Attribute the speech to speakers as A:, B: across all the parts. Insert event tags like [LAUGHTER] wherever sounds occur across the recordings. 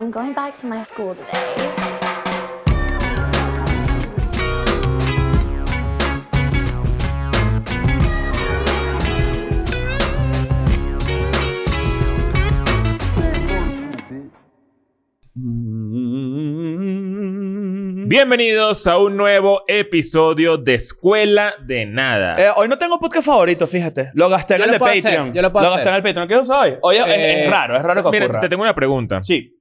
A: I'm going back to my school today.
B: Bienvenidos a un nuevo episodio de Escuela de Nada.
C: Eh, hoy no tengo podcast favorito, fíjate. Lo gasté en
D: Yo
C: el
D: lo
C: de
D: puedo
C: Patreon.
D: hacer, yo lo puedo
C: gasté en
D: hacer.
C: el Patreon. ¿Qué lo hoy? Hoy es,
D: Eh,
C: es raro, es raro que
B: Mira,
C: ocurra.
B: te tengo una pregunta.
C: Sí.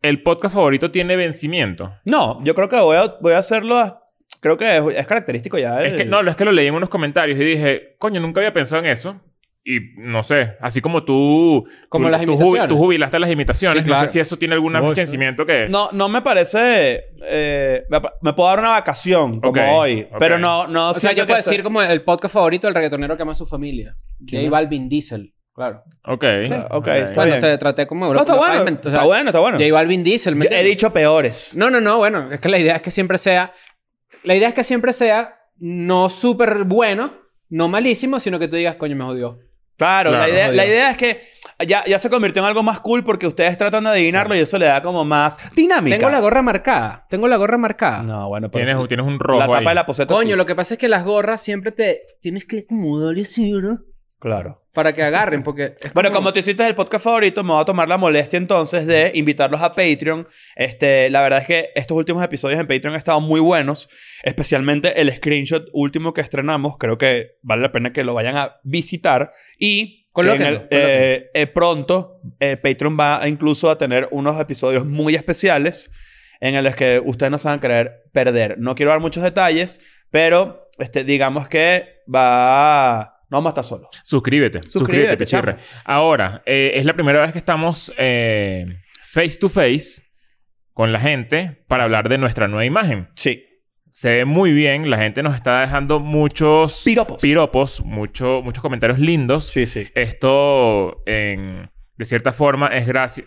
B: ¿El podcast favorito tiene vencimiento?
C: No, yo creo que voy a, voy a hacerlo... a- Creo que es, es característico ya.
B: Es
C: del-
B: que no, es que lo leí en unos comentarios y dije, coño, nunca había pensado en eso. Y no sé, así como tú.
D: Como
B: tú-
D: las
B: tú ju-
D: imitaciones.
B: Tú jubilaste las imitaciones.
D: Sí,
B: No
D: claro.
B: sé si eso tiene algún
D: No, sí.
B: vencimiento que.
C: No, no me parece... eh, me, me puedo dar una vacación, como
B: Ok,
C: hoy.
B: ok.
C: Pero no... no
D: O sea,
C: siento
D: yo puedo
C: que sea-
D: decir como el podcast favorito del reggaetonero que ama a su familia. J Balvin Diesel. Claro.
B: Ok.
D: Sí.
C: Ok, está
D: Bueno,
C: bien.
D: te traté como
C: No, está
D: Europa,
C: bueno.
D: Pavement, o sea,
C: está bueno, está bueno.
D: J Balvin Diesel. ¿me
C: Yo he
D: entiendes?
C: dicho peores.
D: No, no, no. Bueno, es que la idea es que siempre sea... La idea es que siempre sea no súper bueno, no malísimo, sino que tú digas, coño, me jodió.
C: Claro,
B: Claro,
C: la, idea,
D: jodido.
C: la idea es que ya, ya se convirtió en algo más cool porque ustedes tratan de adivinarlo y eso le da como más dinámica.
D: Tengo la gorra marcada. Tengo la gorra marcada.
C: No, bueno, pero
B: Tienes,
C: sí.
B: un- tienes un rojo.
C: La tapa
B: ahí.
C: de la poseta.
D: Coño,
C: sí.
D: lo que pasa es que las gorras siempre te... Tienes que como darle así, ¿no?
C: Claro.
D: Para que agarren, porque... es
C: Bueno, como tú hiciste el podcast favorito, me voy a tomar la molestia entonces de invitarlos a Patreon. Este, la verdad es que estos últimos episodios en Patreon han estado muy buenos, especialmente el screenshot último que estrenamos. Creo que vale la pena que lo vayan a visitar y que en
D: Colóquenlo,
C: el- eh, eh, pronto eh, Patreon va a incluso a tener unos episodios muy especiales en los que ustedes no se van a querer perder. No quiero dar muchos detalles, pero este, digamos que va... No vamos a estar solos.
B: Suscríbete. Suscríbete,
C: Suscríbete,
B: pichirre. Ahora, eh, es la primera vez que estamos eh, face to face con la gente para hablar de nuestra nueva imagen.
C: Sí.
B: Se ve muy bien. La gente nos está dejando muchos
C: Piropos.
B: piropos, mucho- muchos comentarios lindos.
C: Sí, sí.
B: Esto, en- de cierta forma, es gracias...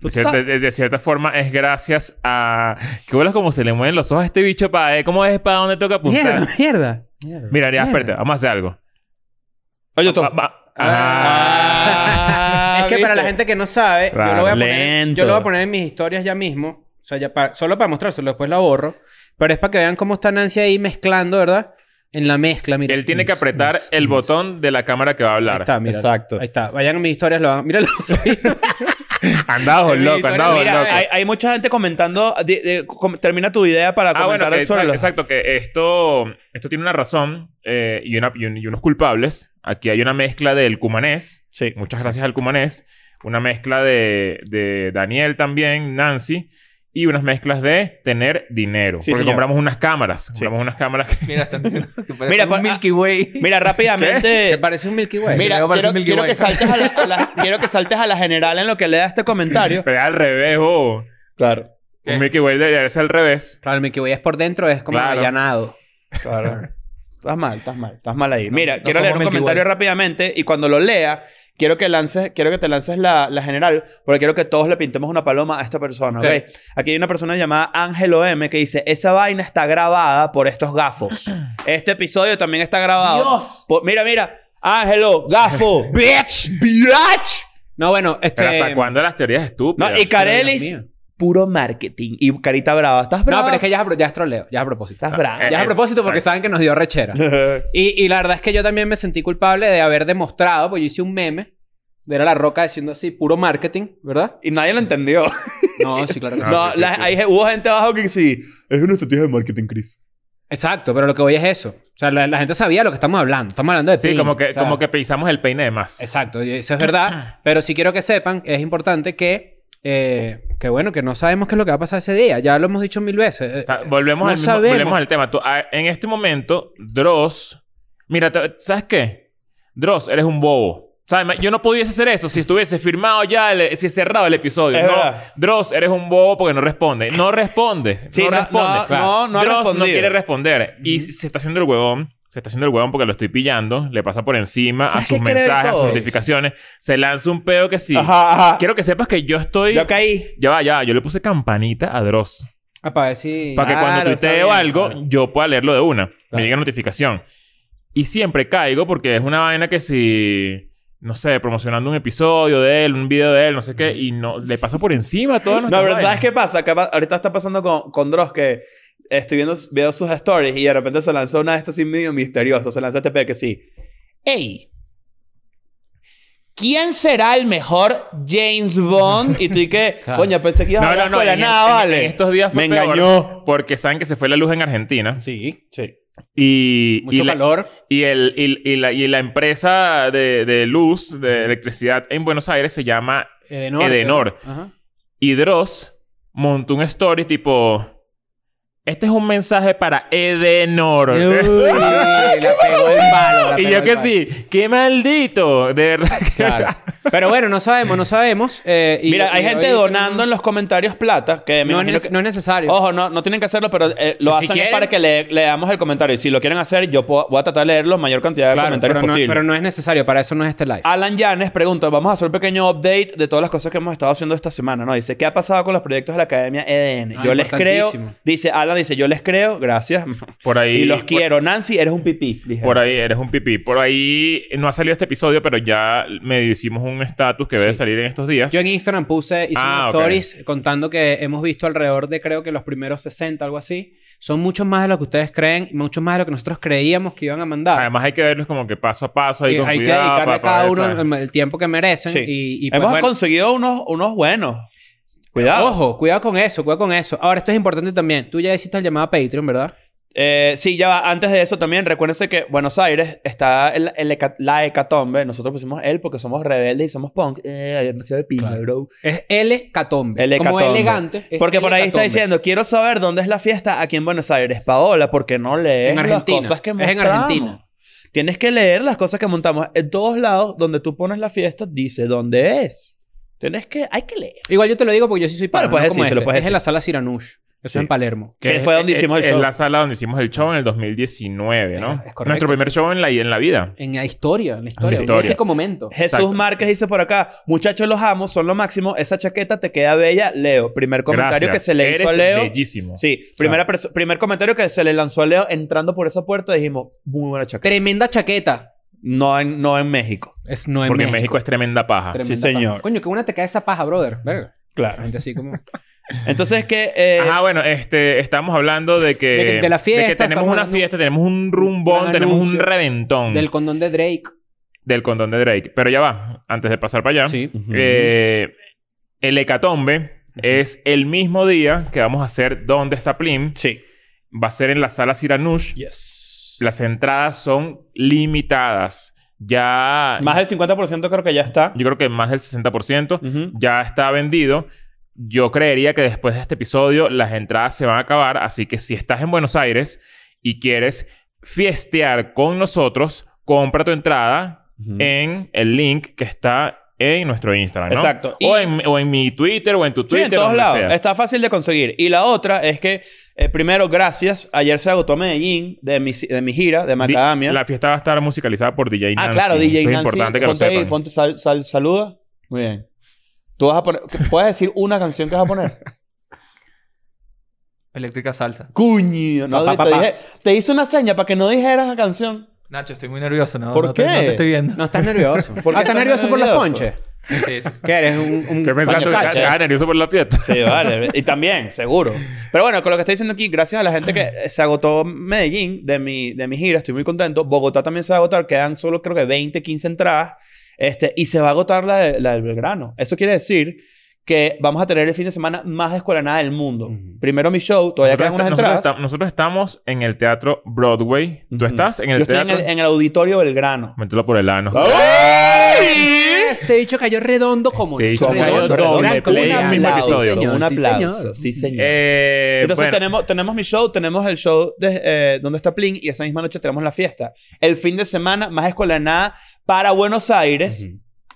B: De cierta, de- de cierta forma, es gracias a... Que bolas como se le mueven los ojos a este bicho para ver cómo es, para dónde toca apuntar.
D: Mierda, mierda. Mierda.
B: Mira, ya,
D: Mierda.
B: espérate. Vamos a hacer algo.
C: Oye,
B: Va-
C: tú.
B: va-
D: [LAUGHS] es
C: Ah,
D: que para la
C: ¿viste?
D: gente que no sabe, yo,
B: Claro.
D: lo voy a poner,
C: Lento.
D: yo lo voy a poner en mis historias ya mismo. O sea, ya pa- solo para mostrárselo, después lo borro. Pero es para que vean cómo está Nancy ahí mezclando, ¿verdad? En la mezcla, mira.
B: Él tiene que apretar el botón de la cámara que va a
D: Ahí
B: hablar.
D: está, mira.
C: Exacto.
D: Ahí está. Vayan a mis historias, lo van. Míralo. [LAUGHS]
B: Andado
D: El
B: loco,
D: editor,
B: andado
D: mira,
B: loco.
D: eh,
C: Hay, hay mucha gente comentando. di- di- com- termina tu idea para
B: Ah, bueno,
C: comentar
B: que
C: sobre
B: exacto,
C: los-
B: exacto, que esto, esto tiene una razón eh, y, una- y un- y unos culpables. Aquí hay una mezcla del cumanés.
C: Sí.
B: Muchas gracias al cumanés. Una mezcla de, de Daniel también, Nancy. Y unas mezclas de tener dinero.
C: Sí,
B: porque
C: señor.
B: compramos unas cámaras. Compramos unas cámaras. que-
E: Mira, están diciendo que parece
C: Mira,
E: un
C: pa-
B: [LAUGHS]
E: Milky Way.
C: Mira,
D: [LAUGHS] Que
C: rápidamente.
D: parece un Milky Way.
E: Mira,
C: Mira,
E: me parece
C: quiero,
E: Milky
C: quiero
E: Way.
C: que saltes a la, a la- quiero que saltes a la general en lo que lea este comentario.
B: Pero es al revés, bobo.
C: Claro.
E: ¿Qué?
B: Un Mickey Way debería ser al revés.
D: Claro, el Milky Way es por dentro, es como
B: Claro.
D: allanado.
C: Claro. [LAUGHS] Estás mal, estás mal, estás mal ahí. Mira,
E: no
C: quiero
E: somos
C: leer un
E: Milky
C: comentario rápidamente y cuando lo lea, quiero que lances, quiero que te lances la, la general, porque quiero que todos le pintemos una paloma a esta persona, ¿ok?
D: Ok.
C: Aquí hay una persona llamada Ángelo M que dice, esa vaina está grabada por estos gafos. Este episodio también está grabado. por- mira, mira, Ángelo, gafo, bitch, bitch.
D: No, bueno, este.
B: Pero ¿Hasta cuándo las teorías estúpidas?
C: No, y Carelis,
D: Pero Dios mío.
C: puro marketing. Y Carita Brava, ¿estás brava?
D: No, pero es que ya es, pro- ya es troleo, ya es a propósito.
C: Estás brava.
B: eh,
D: Ya es a
B: Es-
D: propósito porque
B: exacto.
D: saben que nos dio rechera. [LAUGHS] Y, y la verdad es que yo también me sentí culpable de haber demostrado, porque yo hice un meme de era la roca diciendo así, puro marketing, ¿verdad?
C: y nadie lo entendió.
D: No, sí, claro que sí.
C: No,
B: sí, sí,
C: la-
B: sí.
C: hay- hubo gente abajo que sí. Es una estrategia de marketing, Chris.
D: Exacto, pero lo que voy es eso. O sea, la, la gente sabía lo que estamos hablando. Estamos hablando de
B: Sí,
D: peine,
B: como que,
D: o sea,
B: como que pisamos el peine de más.
D: Exacto, y eso es
B: [CLEARS THROAT]
D: verdad. pero sí quiero que sepan, es importante que... eh, que bueno, que no sabemos qué es lo que va a pasar ese día. Ya lo hemos dicho mil veces. Eh,
B: O sea,
D: eh,
B: volvemos,
D: no
B: al mismo-
D: sabemos.
B: volvemos al tema. Tú, a- en este momento, Dross. Mira, te- ¿sabes qué? Dross, eres un bobo. ¿Sabes? Ma- Yo no pudiese hacer eso si estuviese firmado ya, el- si cerrado el episodio.
C: Es
B: no,
C: verdad.
B: Dross, eres un bobo porque no responde. No responde.
C: Sí,
B: no,
C: no-
B: responde.
C: no- no- no ha
B: Dross no
C: respondido.
B: quiere responder. Y se está haciendo el huevón. Se está haciendo el huevón porque lo estoy pillando. Le pasa por encima a
C: ¿Sabes
B: sus
C: qué creen
B: mensajes, a sus
C: todos?
B: notificaciones. Se lanza un pedo que sí.
C: Ajá, ajá.
B: Quiero que sepas que yo estoy...
C: Yo caí.
B: Ya va, ya va. Yo le puse campanita a Dross.
D: ah, para ver si...
B: Para que cuando
C: Claro, está
B: tuiteo
C: bien,
B: algo,
C: claro.
B: yo pueda leerlo de una. Me llega notificación. Y siempre caigo porque es una vaina que si... no sé, promocionando un episodio de él, un video de él, no sé qué, y no, le pasa por encima a todas
C: No,
B: nuestras
C: pero
B: vainas.
C: ¿sabes qué pasa? Que pa- ahorita está pasando con, con Dross que estoy viendo, veo sus stories y de repente se lanzó una de estas así medio misteriosa. Se lanzó este pedo que sí. ¡Ey! ¿Quién será el mejor James Bond? Y tú y [LAUGHS] que,
D: Claro.
C: coño, pensé que iba a
B: No,
C: hablar
B: no, no.
C: con la
B: en-
C: pues, nada,
B: en-
C: vale.
B: en estos días
C: Me
B: fue peor.
C: engañó.
B: Porque saben que se fue la luz en Argentina.
D: Sí.
C: Sí.
B: Y,
D: Mucho
B: y la-
D: calor.
B: y, el, y, y la, y la empresa de, de luz, de electricidad en Buenos Aires se llama
D: Edenor.
B: Edenor.
D: eh, Ajá.
B: Y Dross montó un story tipo... Este es un mensaje para Edenor.
C: [LAUGHS]
D: Uy, la pegó el palo. la
B: [LAUGHS] y
D: pegó
B: yo
D: el
B: que
D: palo.
B: sí. ¡Qué maldito! De
C: [LAUGHS]
B: verdad. que-
D: Claro. Pero bueno, no sabemos, no sabemos. eh, y-
C: Mira, hay
D: y
C: gente
D: hoy-
C: donando en los comentarios plata. Que me
D: No, es
C: imagino
D: nece-
C: que-
D: no es necesario.
C: Ojo, no, no tienen que hacerlo, pero eh,
D: Si-
C: lo
D: si
C: hacen es
D: quieren.
C: para que le, leamos el comentario. Y si lo quieren hacer, yo puedo- voy a tratar de leer la mayor cantidad de
D: Claro,
C: comentarios
D: pero, no,
C: posible. Ah,
D: pero no es necesario, para eso no es este live.
C: Alan Yanes pregunta, vamos a hacer un pequeño update de todas las cosas que hemos estado haciendo esta semana, ¿no? Dice, ¿qué ha pasado con los proyectos de la Academia EDN?
D: Ah,
C: yo les creo,
D: importantísimo.
C: dice Alan, dice, yo les creo, gracias.
B: [LAUGHS] Por ahí...
C: Y, los
B: por-
C: quiero. Nancy, eres un pipí. dije.
B: Por ahí eres un pipí. Por ahí no ha salido este episodio, pero ya medio hicimos un estatus que debe
D: Sí.
B: salir en estos días.
D: Yo en Instagram puse, hice
B: Ah,
D: unos
B: ok.
D: stories contando que hemos visto alrededor de creo que los primeros 60, algo así. Son muchos más de lo que ustedes creen, muchos más de lo que nosotros creíamos que iban a mandar.
B: Además hay que verlos como que paso a paso, ahí
D: Y
B: con
D: hay que
B: cuidado.
D: dedicarle
B: pa-
D: a
B: pa-
D: cada
B: ¿sabes?
D: uno el, el tiempo que merecen.
C: Sí.
D: Y, y, pues,
C: Hemos
D: bueno,
C: conseguido unos, unos buenos. Cuidado.
D: Ojo, cuidado con eso, cuidado con eso. Ahora, esto es importante también. Tú ya hiciste el llamado a Patreon, ¿verdad?
C: Eh, sí, ya va. Antes de eso también, recuérdense que Buenos Aires está el, el heca- la hecatombe. Nosotros pusimos él porque somos rebeldes y somos punk. Eh, demasiado de pinga,
D: Claro.
C: bro.
D: Es L Catombe.
C: L.
D: Como
C: Catombe.
D: elegante. es
C: Porque por
D: L.
C: ahí está
D: Catombe.
C: diciendo, quiero saber dónde es la fiesta aquí en Buenos Aires, Paola, porque no lees
D: En
C: las
D: Argentina.
C: cosas que
D: Es en
C: montamos.
D: Argentina.
C: Tienes que leer las cosas que montamos. En todos lados donde tú pones la fiesta dice dónde es. Tienes que, hay que leer.
D: Igual yo te lo digo porque yo sí soy
C: Bueno, pues
D: pana,
C: puedes
D: no como
C: decírselo,
D: este.
C: puedes
D: Es en la sala Siranush. Eso es
C: Sí.
D: en Palermo.
C: Que fue donde hicimos el
B: es
C: show.
B: la sala donde hicimos el show en el 2019, ¿no?
D: Es correcto.
B: Nuestro primer show en la, en la vida.
D: En la historia, en la historia. En
B: historia.
D: este momento.
C: Jesús
B: Exacto.
C: Márquez dice por acá, muchachos los amo, son lo máximo, esa chaqueta te queda bella, Leo. Primer comentario
B: Gracias.
C: que se le hizo
B: Eres
C: a Leo.
B: bellísimo.
C: Sí, primera perso- primer comentario que se le lanzó a Leo entrando por esa puerta, dijimos, muy buena chaqueta.
D: Tremenda chaqueta.
C: No en, no en México.
D: Es no en
B: Porque
D: México.
B: México. es tremenda paja.
D: Tremenda
C: Sí, señor.
D: paja. Coño, que una te cae esa paja, brother. Verga. La
C: Claro.
D: gente así como...
C: Entonces que... eh,
B: Ajá, bueno, este, estamos hablando de que...
D: De que- de la fiesta,
B: que tenemos
D: estamos
B: una
D: hablando-
B: fiesta, tenemos un rumbón,
D: Gran
B: tenemos un
D: anuncio.
B: reventón
D: del
B: del...
D: condón de Drake.
B: condón de Drake. Pero ya va, antes de pasar para allá.
D: Sí.
C: ujú.
B: Eh, el hecatombe es el mismo día que vamos a hacer ¿Dónde está Plim?
C: Sí.
B: Va a ser en la sala Siranush.
C: Yes.
B: Las entradas son limitadas. Ya...
C: Más del 50% creo que ya está.
B: Yo creo que más del 60%
C: Ujú.
B: ya está vendido. Yo creería que después de este episodio las entradas se van a acabar. Así que si estás en Buenos Aires y quieres fiestear con nosotros, compra tu entrada
C: Ujú.
B: en el link que está en nuestro Instagram, ¿no?
C: Exacto.
B: O,
C: Y-
B: en, o en mi Twitter o en tu
C: Sí,
B: Twitter.
C: en
B: o
C: todos
B: donde
C: lados. Este
B: sea.
C: Está fácil de conseguir. Y la otra es que, eh, primero, gracias. Ayer se agotó Medellín de mi, de mi gira, de
B: Di-
C: Macadamia.
B: La fiesta va a estar musicalizada por DJ
C: ah,
B: Nancy.
C: claro, DJ
B: Eso
C: Nancy.
B: Es importante que lo
C: ponte ahí,
B: sepan.
C: ponte sal- sal- saluda. Muy bien. Tú vas a poner... ¿Puedes decir una canción que vas a poner?
E: Eléctrica salsa.
C: Cuño. No,
D: Pa, pa,
C: te,
D: pa,
C: dije- te hice una seña para que no dijeras la canción.
E: Nacho, estoy muy nervioso, ¿no?
C: ¿Por
E: no Te,
C: qué?
E: no te estoy viendo.
D: No estás nervioso.
C: ¿Por qué
D: ah, estás
C: estás
D: nervioso por los
C: nervioso?
D: ponches.
E: Sí, sí.
D: ¿Qué eres? Un, un
B: ¿Qué pensaste?
D: paño
C: Coño,
B: ¿Estás
C: cacha.
B: estás nervioso por la fiesta?
C: Sí, vale. y también, seguro. Pero bueno, con lo que estoy diciendo aquí, gracias a la gente que se agotó Medellín de mi, de mi gira, estoy muy contento. Bogotá también se va a agotar, quedan solo creo que 20, 15 entradas. Este, y se va a agotar la, de- la del Belgrano. Eso quiere decir que vamos a tener el fin de semana más descolanada del mundo.
D: Ujú.
C: Primero mi show, todavía
B: Nosotros
C: quedan unas
B: esta- nosotros,
C: entradas.
B: esta- nosotros estamos en el teatro Broadway. ¿Tú
C: Ujú.
B: estás en el
C: Yo estoy
B: teatro?
C: en el, en el auditorio Belgrano.
B: Mételo por el ano.
C: ¡Ay!
D: Este bicho cayó redondo como
B: Este bicho
D: como
C: Como
B: cayó
D: ocho,
C: ocho
B: redondo,
D: gran-
B: doble
C: redondos.
D: como
B: play,
D: una
B: al
C: un
B: mismo
D: blanca.
C: aplauso,
D: Sí,
B: episodio.
D: señor,
C: un
D: sí,
C: aplauso.
D: señor.
C: Sí, señor.
B: Eh,
C: Entonces
B: bueno,
C: tenemos, tenemos mi show, tenemos el show de, eh, donde está Plin y esa misma noche tenemos la fiesta. El fin de semana, más escolanada para Buenos Aires.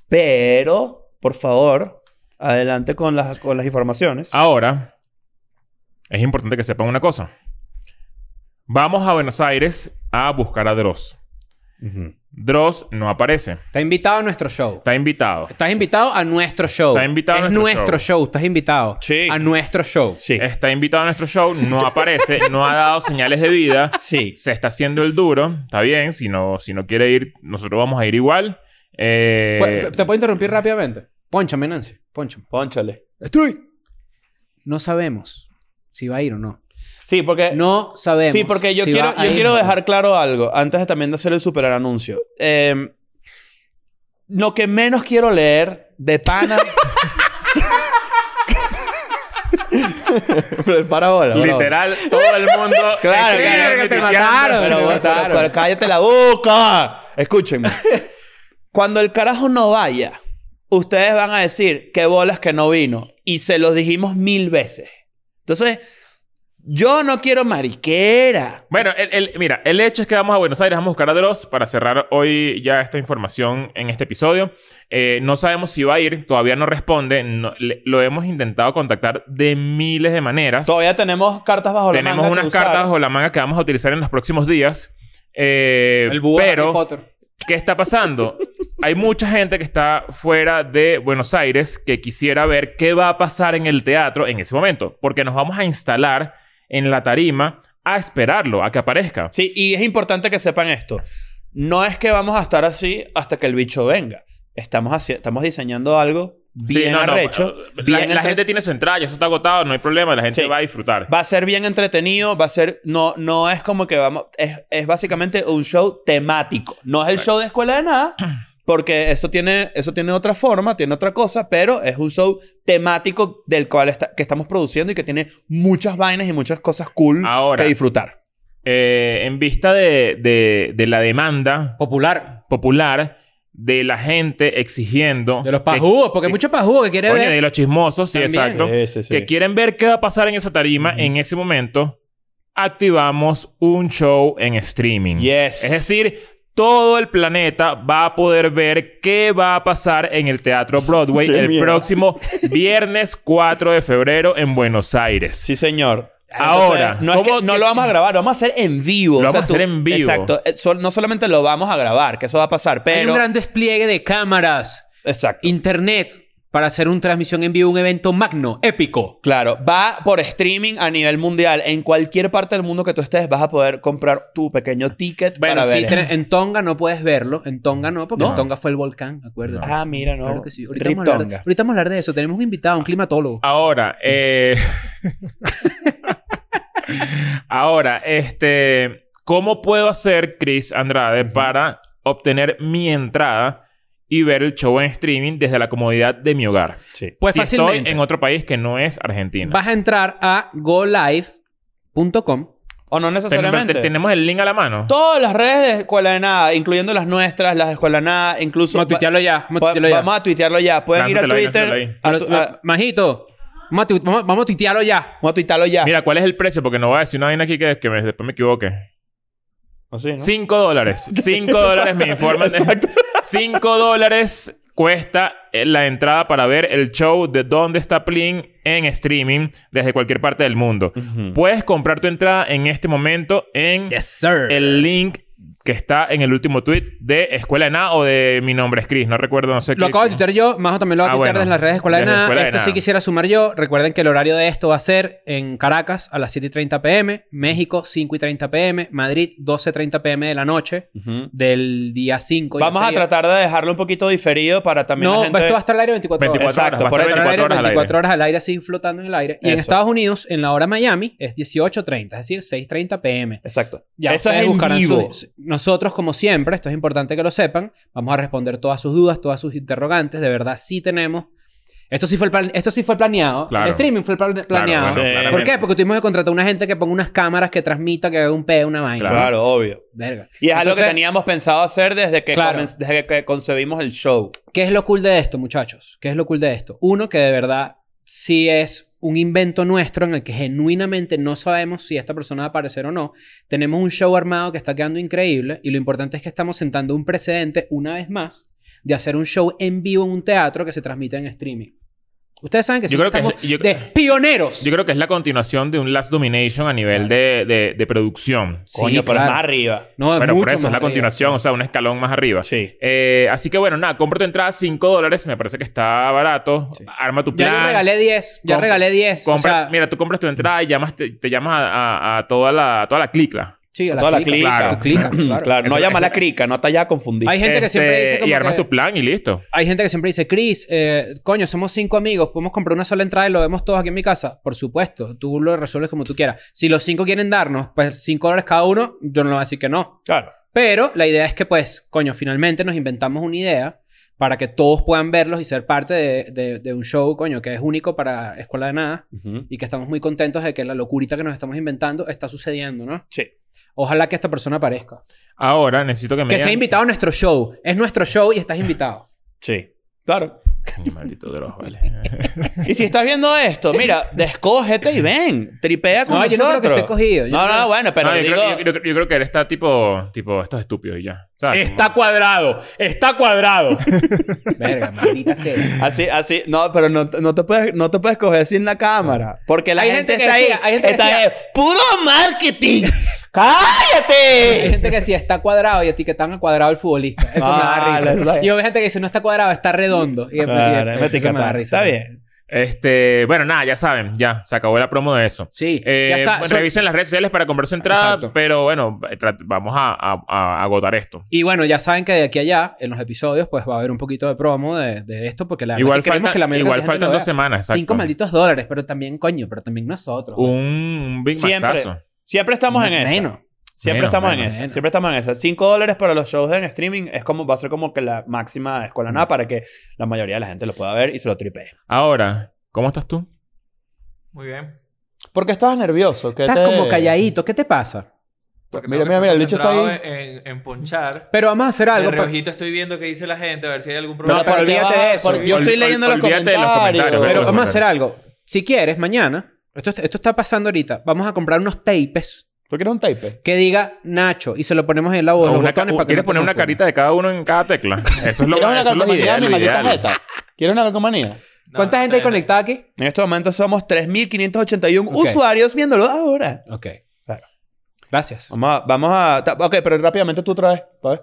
C: Pero, por favor, adelante con las, con las informaciones.
B: ahora es importante que sepan una cosa. Vamos a Buenos Aires a buscar a Dross. Dross no aparece.
D: Está invitado a nuestro show.
B: Está invitado.
D: Estás invitado a nuestro show.
B: Está invitado a
D: es
B: nuestro
D: nuestro show. Estás invitado
C: Sí.
D: a nuestro show.
C: Sí.
B: Está invitado a nuestro show, no aparece, no ha dado señales de vida.
C: Sí.
B: se está haciendo el duro, está bien, si no, si no quiere ir, nosotros vamos a ir igual. Eh,
C: Pues,
D: ¿Pu- ¿Te puedo interrumpir rápidamente? Pónchame, Nancy. Pónchame.
C: Pónchale.
D: Estoy. No sabemos si va a ir o no.
C: Sí, porque...
D: No sabemos.
C: Sí, porque yo,
D: si
C: quiero,
D: va a
C: yo
D: ir
C: quiero
D: o no.
C: dejar claro algo, antes de también de hacer el super anuncio. Eh, lo que menos quiero leer
B: [LAUGHS]
C: de pana... [LAUGHS] Pero para ahora. para ahora.
B: Literal, todo el mundo.
C: [LAUGHS] Claro,
B: Sí,
C: claro.
B: que te
C: pero-
B: mataron.
C: Pero,
D: te
C: pero-
D: mataron.
C: pero cállate la boca.
B: [LAUGHS]
C: Escúchenme. Cuando el carajo no vaya, ustedes van a decir qué bolas que no vino. Y se los dijimos mil veces. Entonces, yo no quiero mariquera.
B: Bueno, el, el- mira, el hecho es que vamos a Buenos Aires, vamos a buscar a Dross para cerrar hoy ya esta información en este episodio. Eh, no sabemos si va a ir, todavía no responde. no- le- lo hemos intentado contactar de miles de maneras.
C: Todavía tenemos cartas bajo la
B: Tenemos
C: manga que
B: unas
C: usar.
B: cartas o la manga que vamos a utilizar en los próximos días. Eh,
D: El búho de Harry
B: pero,
D: Potter.
B: ¿qué
D: [LAUGHS]
B: está pasando? Hay mucha gente que está fuera de Buenos Aires que quisiera ver qué va a pasar en el teatro en ese momento, porque nos vamos a instalar en la tarima a esperarlo, a que aparezca.
C: Sí, y es importante que sepan esto. No es que vamos a estar así hasta que el bicho venga. Estamos, haci- estamos diseñando algo
B: Sí,
C: bien
B: no, no,
C: arrecho.
B: eh, la-
C: bien
B: la,
C: entre-
B: gente tiene su entrada, ya eso está agotado, no hay problema, la gente
C: Sí.
B: va a disfrutar.
C: Va a ser bien entretenido, va a ser... No, no es como que vamos... Es, es básicamente un show temático. No es el show de escuela
B: [CLEARS THROAT]
C: de nada, porque eso tiene, eso tiene otra forma, tiene otra cosa, pero es un show temático del cual está- que estamos produciendo y que tiene muchas vainas y muchas cosas cool
B: Ahora.
C: que disfrutar.
B: Eh, en vista de, de- de la demanda
D: Popular.
B: popular de la gente exigiendo...
D: De los
B: que-
D: pajugos, porque
B: que-
D: hay muchos pajugos que quiere
B: coño,
D: ver.
B: de los chismosos, sí,
D: También.
B: exacto.
C: Sí, sí, sí.
B: Que quieren ver qué va a pasar en esa tarima en ese momento. Activamos un show en streaming.
C: Yes.
B: Es decir, todo el planeta va a poder ver qué va a pasar en el Teatro Broadway
C: [LAUGHS] Qué
B: el
C: miedo.
B: próximo viernes 4 de febrero en Buenos Aires.
C: Sí, señor.
B: Ahora,
C: Entonces, no, es
B: ¿cómo
C: que no
B: que-
C: lo vamos a grabar, lo vamos a hacer en vivo.
B: Lo vamos a hacer en vivo.
C: Exacto. Eh, sol- no solamente lo vamos a grabar, que eso va a pasar, pero.
D: Hay un gran despliegue de cámaras,
C: Exacto.
D: internet, para hacer una transmisión en vivo, un evento magno, épico.
C: Claro, va por streaming a nivel mundial. En cualquier parte del mundo que tú estés, vas a poder comprar tu pequeño ticket
D: Bueno,
C: para
D: sí,
C: ver.
D: tre- en Tonga no puedes verlo. En Tonga no, porque
C: No.
D: en Tonga fue el volcán, acuérdate.
C: Ah, mira, no.
D: Claro que sí. Ah, Ahorita
C: Rip
D: vamos, a hablar de,
C: Tonga.
D: ahorita vamos a hablar de eso. Tenemos un invitado, un climatólogo.
B: Ahora, eh... [LAUGHS] ahora, este, ¿cómo puedo hacer, Chris Andrade, para obtener mi entrada y ver el show en streaming desde la comodidad de mi hogar?
C: Sí.
D: Pues
B: si
D: fácilmente.
B: estoy en otro país que no es Argentina.
D: Vas a entrar a golive.com.
C: O no
B: Pero, pero,
C: necesariamente.
B: ¿te- tenemos el link a la mano.
C: Todas las redes de Escuela de Nada, incluyendo las nuestras, las de Escuela de Nada, incluso.
D: Vamos a tuitearlo ya. Vamos a
C: Va-
D: tuitearlo ya.
C: Vamos a tuitearlo ya. Pueden
B: Lánzatelo ahí,
C: ir a Twitter.
B: lánzatelo ahí.
C: a
D: Pero,
C: tu-
D: pero,
C: a-
D: Majito, vamos a, tu- vamos a- vamos a tuitearlo ya.
C: vamos a tuitearlo ya.
B: Mira, ¿cuál es el precio? Porque no voy a decir una vaina aquí que, que me- después me equivoque.
C: Así, ¿no?
B: 5
C: [LAUGHS]
B: dólares. 5 dólares me informan.
C: Exacto.
B: 5 dólares cuesta eh, la entrada para ver el show de Dónde está Plin en streaming desde cualquier parte del mundo.
C: Ujú.
B: Puedes comprar tu entrada en este momento en
D: sir.
B: el link que está en el último tweet de Escuela de Nada o de Mi Nombre es Chris. No recuerdo, no sé
D: Lo
B: qué-
D: acabo de tuitear yo, Majo también lo va a
B: Ah,
D: tuitear
B: bueno.
D: desde las redes de Escuela de
B: Desde
D: Nada.
B: Escuela de
D: esto sí
B: Nada.
D: quisiera sumar yo. Recuerden que el horario de esto va a ser en Caracas a las 7 y 30 pm, México 5 y 30 pm, Madrid 12 y 30 pm de la noche
C: Ujú.
D: del día 5. ya
C: Vamos a
D: sería.
C: tratar de dejarlo un poquito diferido para también
D: No,
C: la gente...
D: esto va a estar al aire 24 horas.
B: 24
C: Exacto,
B: horas.
C: por
B: va a
C: eso.
B: estar 24 horas al aire.
D: 24 horas al aire así flotando en el aire. Y en
C: Eso.
D: Estados Unidos, en la hora Miami, es 18.30, es decir, 6.30 pm.
C: Exacto.
D: Ya
C: Eso es
D: ustedes
C: en
D: buscarán
C: vivo.
D: sus- nosotros, como siempre, esto es importante que lo sepan, vamos a responder todas sus dudas, todas sus interrogantes. De verdad, sí tenemos. Esto sí fue, el plan- esto sí fue planeado.
B: Claro.
D: El streaming fue plan- planeado.
B: bueno,
C: Sí.
D: ¿Por
B: claramente.
D: qué? Porque tuvimos que contratar a una gente que ponga unas cámaras, que transmita, que haga un pedo, una vaina.
B: Claro.
C: Claro, obvio.
D: Verga.
C: Y es algo que
D: Entonces,
C: teníamos pensado hacer desde que,
D: Claro.
C: comen- desde que concebimos el show.
D: ¿Qué es lo cool de esto, muchachos? ¿Qué es lo cool de esto? Uno, que de verdad sí es un invento nuestro en el que genuinamente no sabemos si esta persona va a aparecer o no. Tenemos un show armado que está quedando increíble y lo importante es que estamos sentando un precedente una vez más de hacer un show en vivo en un teatro que se transmite en streaming. Ustedes saben que
B: Yo
D: siempre
B: creo que
D: estamos
B: es- yo-
D: de pioneros.
B: Yo creo que es la continuación de un Last Domination a nivel de, de- de producción.
D: Sí,
C: Coño, pero
D: claro.
C: más arriba.
D: No, [LAUGHS] es
B: Pero
D: mucho
B: por eso es
D: más
B: la
D: arriba.
B: continuación, o sea, un escalón más arriba.
C: Sí.
B: Eh, así que bueno, nada, compra tu entrada 5 dólares, me parece que está barato. Arma tu
D: Ya
B: plan.
D: yo regalé 10. Ya
B: Compra-
D: regalé 10. O
B: compra-
D: sea,
B: mira, tú compras tu entrada y llamas, te, te llamas a, a- a toda la, a toda la clicla.
D: Sí, a
C: Toda la clica.
D: Tú clicas, claro.
C: Claro, no
B: Eso-
C: llamas
B: eso-
C: la crica, no te vayas a confundir.
D: Hay gente que siempre
B: Este,
D: dice como
B: Y armas
D: que-
B: tu plan y listo.
D: Hay gente que siempre dice, Chris, eh, coño, somos cinco amigos, podemos comprar una sola entrada y lo vemos todos aquí en mi casa. Por supuesto, tú lo resuelves como tú quieras. Si los cinco quieren darnos, pues cinco dólares cada uno, yo no le voy a decir que no.
C: Claro.
D: Pero la idea es que, pues, coño, finalmente nos inventamos una idea para que todos puedan verlos y ser parte de, de- de un show, coño, que es único para Escuela de Nada
C: Ujú.
D: y que estamos muy contentos de que la locurita que nos estamos inventando está sucediendo, ¿no?
C: Sí.
D: Ojalá que esta persona aparezca.
B: Ahora necesito que me.
D: Que sea
B: digan- [LAUGHS]
D: invitado a nuestro show. Es nuestro show y estás invitado.
C: Sí. Claro.
B: Coño, maldito
D: [LAUGHS]
B: Dross, vale.
C: Y si estás viendo
B: [LAUGHS]
C: esto, mira, descógete y ven. Tripea con
D: No, yo no creo
C: nosotros.
D: que esté cogido. Yo
C: No, no,
D: creo-
C: bueno, pero
B: No, yo,
C: digo...
B: creo, que- yo creo- yo creo que él está tipo, tipo, esto es estúpido y ya. ¿Sabes?
F: Está cuadrado, está cuadrado.
D: [LAUGHS] Verga, maldita sea.
C: Así, así, no, pero no, no te, puedes, no te puedes coger sin la cámara. Porque la
D: Hay gente
C: gente,
D: que
C: está ahí.
D: decía- hay gente que
C: está
D: decía-
C: ahí, ¡Puro marketing! [LAUGHS]
D: Hay [LAUGHS]
C: ¡Cállate!
D: gente que sí está cuadrado y etiquetan a cuadrado el futbolista. Eso
C: Ah,
D: me da
C: la-
D: risa. Y hay gente que dice no está cuadrado, está redondo. Y, y-
C: Claro, es
D: eso me da
C: etiquetar.
D: risa.
C: Está bien.
B: Este, bueno, nada, ya saben, ya, se acabó la promo de eso.
D: Sí,
B: Eh,
D: ya está.
B: bueno,
D: So-
B: revisen las redes sociales para comprar su entrada,
D: Exacto.
B: pero bueno, eh, tra- vamos a, a- a agotar esto.
D: Y bueno, ya saben que de aquí a allá, en los episodios, pues va a haber un poquito de promo de, de esto, porque la verdad
B: Igual,
D: es que queremos
B: falta-
D: que la mayoría
B: igual
D: de la gente
B: faltan
D: lo
B: dos
D: vea.
B: semanas, exacto.
D: Cinco malditos dólares, pero también, coño, pero también nosotros.
B: Un, un Big
C: Siempre.
B: Maxazo.
C: Siempre estamos en eso.
D: Menos.
C: Siempre
B: Menos,
C: estamos en
B: menos,
C: eso.
D: menos.
C: Siempre estamos en eso. 5 dólares para los shows en streaming es como, va a ser como que la máxima de Escuela Nada para que la mayoría de la gente lo pueda ver y se lo tripee.
B: Ahora, ¿cómo estás tú?
E: Muy bien.
C: Pues Porque estabas nervioso. ¿Qué
D: Estás
C: te-
D: como calladito, ¿qué te pasa?
E: Porque
C: Mira,
E: tengo que
C: mira,
E: estar
C: mira, el dicho está ahí.
E: concentrado En, en ponchar.
D: Pero vamos a hacer
E: El
D: algo. pues. pa-
E: reojito estoy viendo que dice la gente, a ver si hay algún
C: No,
E: problema.
C: pero
D: pero
C: olvídate
D: olvídate
C: de
D: de
C: eso.
D: eso.
C: yo
B: Ol-
C: estoy
B: ol-
C: leyendo los
B: olvídate de los
C: comentarios.
D: Pero
B: comentarios, Bueno,
D: vamos a
B: bueno.
D: hacer algo. Si quieres, mañana, esto, esto está pasando ahorita, vamos a comprar unos tapes
C: ¿Tú quieres un type?
D: que diga Nacho y se lo ponemos en la voz,
B: O
D: los
B: una ca-
D: botones
B: u-
D: para que no
B: ¿Quieres
D: te
B: poner una
D: confundas.
B: carita de cada uno en cada
D: [LAUGHS]
B: tecla? Eso es lo,
C: ¿Quieres una
B: eso es lo
C: calcomanía,
B: ideal.
C: mi
B: lo
C: maldita
B: ideal.
C: jeta? ¿Quieres una calcomanía?
E: No,
D: ¿Cuánta gente hay
E: está bien.
D: conectada aquí?
C: En estos momentos somos 3.581
D: Ok.
C: usuarios viéndolo ahora.
D: Ok.
C: Claro.
D: Gracias.
C: Vamos a... Vamos a ta- ok, pero rápidamente tú otra vez. A ver.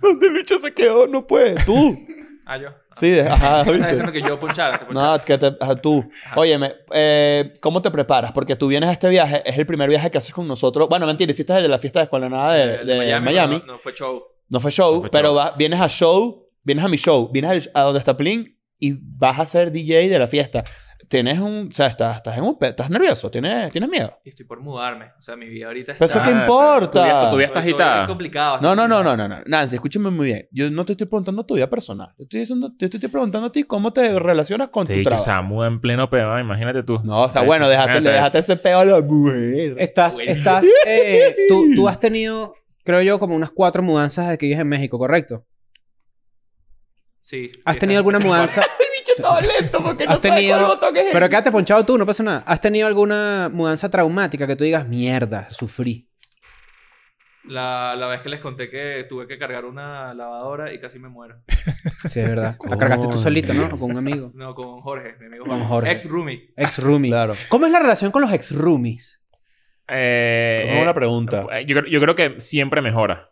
C: ¿Dónde [LAUGHS] el bicho se quedó? No puedes. Tú.
E: Ah, yo. Ah.
C: Sí, de- ajá,
E: Estás
C: ¿viste?
E: diciendo que yo ponchara. te ponchara.
C: No, que te, ajá, tú. Óyeme, eh, ¿cómo te preparas? Porque tú vienes a este viaje, es el primer viaje que haces con nosotros. Bueno, mentira, hiciste el de la fiesta de escuela nada de,
E: El
C: de Miami.
E: Miami.
C: No,
E: No, no fue show.
C: fue show,
B: No fue
C: pero
B: show.
C: vas- vienes a show, vienes a mi show, vienes al- a donde está Plin y vas a ser DJ de la fiesta. Tienes un, o sea, estás, estás, en un, pe- estás nervioso, tienes, tienes miedo.
E: Y estoy por mudarme. O sea, mi vida ahorita está...
C: Pero eso
B: Ah,
C: qué
B: Tu vida,
C: importa.
B: tu vida está
E: Todo- todo
B: agitada.
E: Es complicado.
C: No, no, no, no, no, no. Nancy, escúchame muy bien. Yo no te estoy preguntando tu vida personal. Yo estoy, diciendo- yo te estoy preguntando a ti cómo te relacionas con
B: Te
C: tu
B: dije que
C: trabajo.
B: se muda en pleno pedo, ¿eh? imagínate tú.
C: No, está bueno, déjate, le dejaste ese peo a la mujer.
D: Estás,
E: Bueno.
D: estás, eh, tú, tú has tenido, creo yo, como unas cuatro mudanzas desde que vives en México, ¿correcto?
E: Sí.
D: ¿Has tenido alguna
E: [LAUGHS]
D: mudanza?
C: estaba lento porque
D: Has tenido... Pero
C: acá
D: quédate ponchado tú, no pasa nada. ¿Has tenido alguna mudanza traumática que tú digas, mierda, sufrí?
E: La, la vez que les conté que tuve que cargar una lavadora y casi me muero.
D: Sí, es verdad. La cargaste tú solito, ¿no? O con un amigo.
E: No, con Jorge, mi amigo
D: Con
E: Jorge.
D: Jorge.
E: Ex roomie.
D: Ex roomie.
C: Claro.
D: ¿Cómo es la relación con los ex roomies?
B: Eh,
C: Una buena pregunta.
B: eh, yo, creo- yo creo que siempre mejora.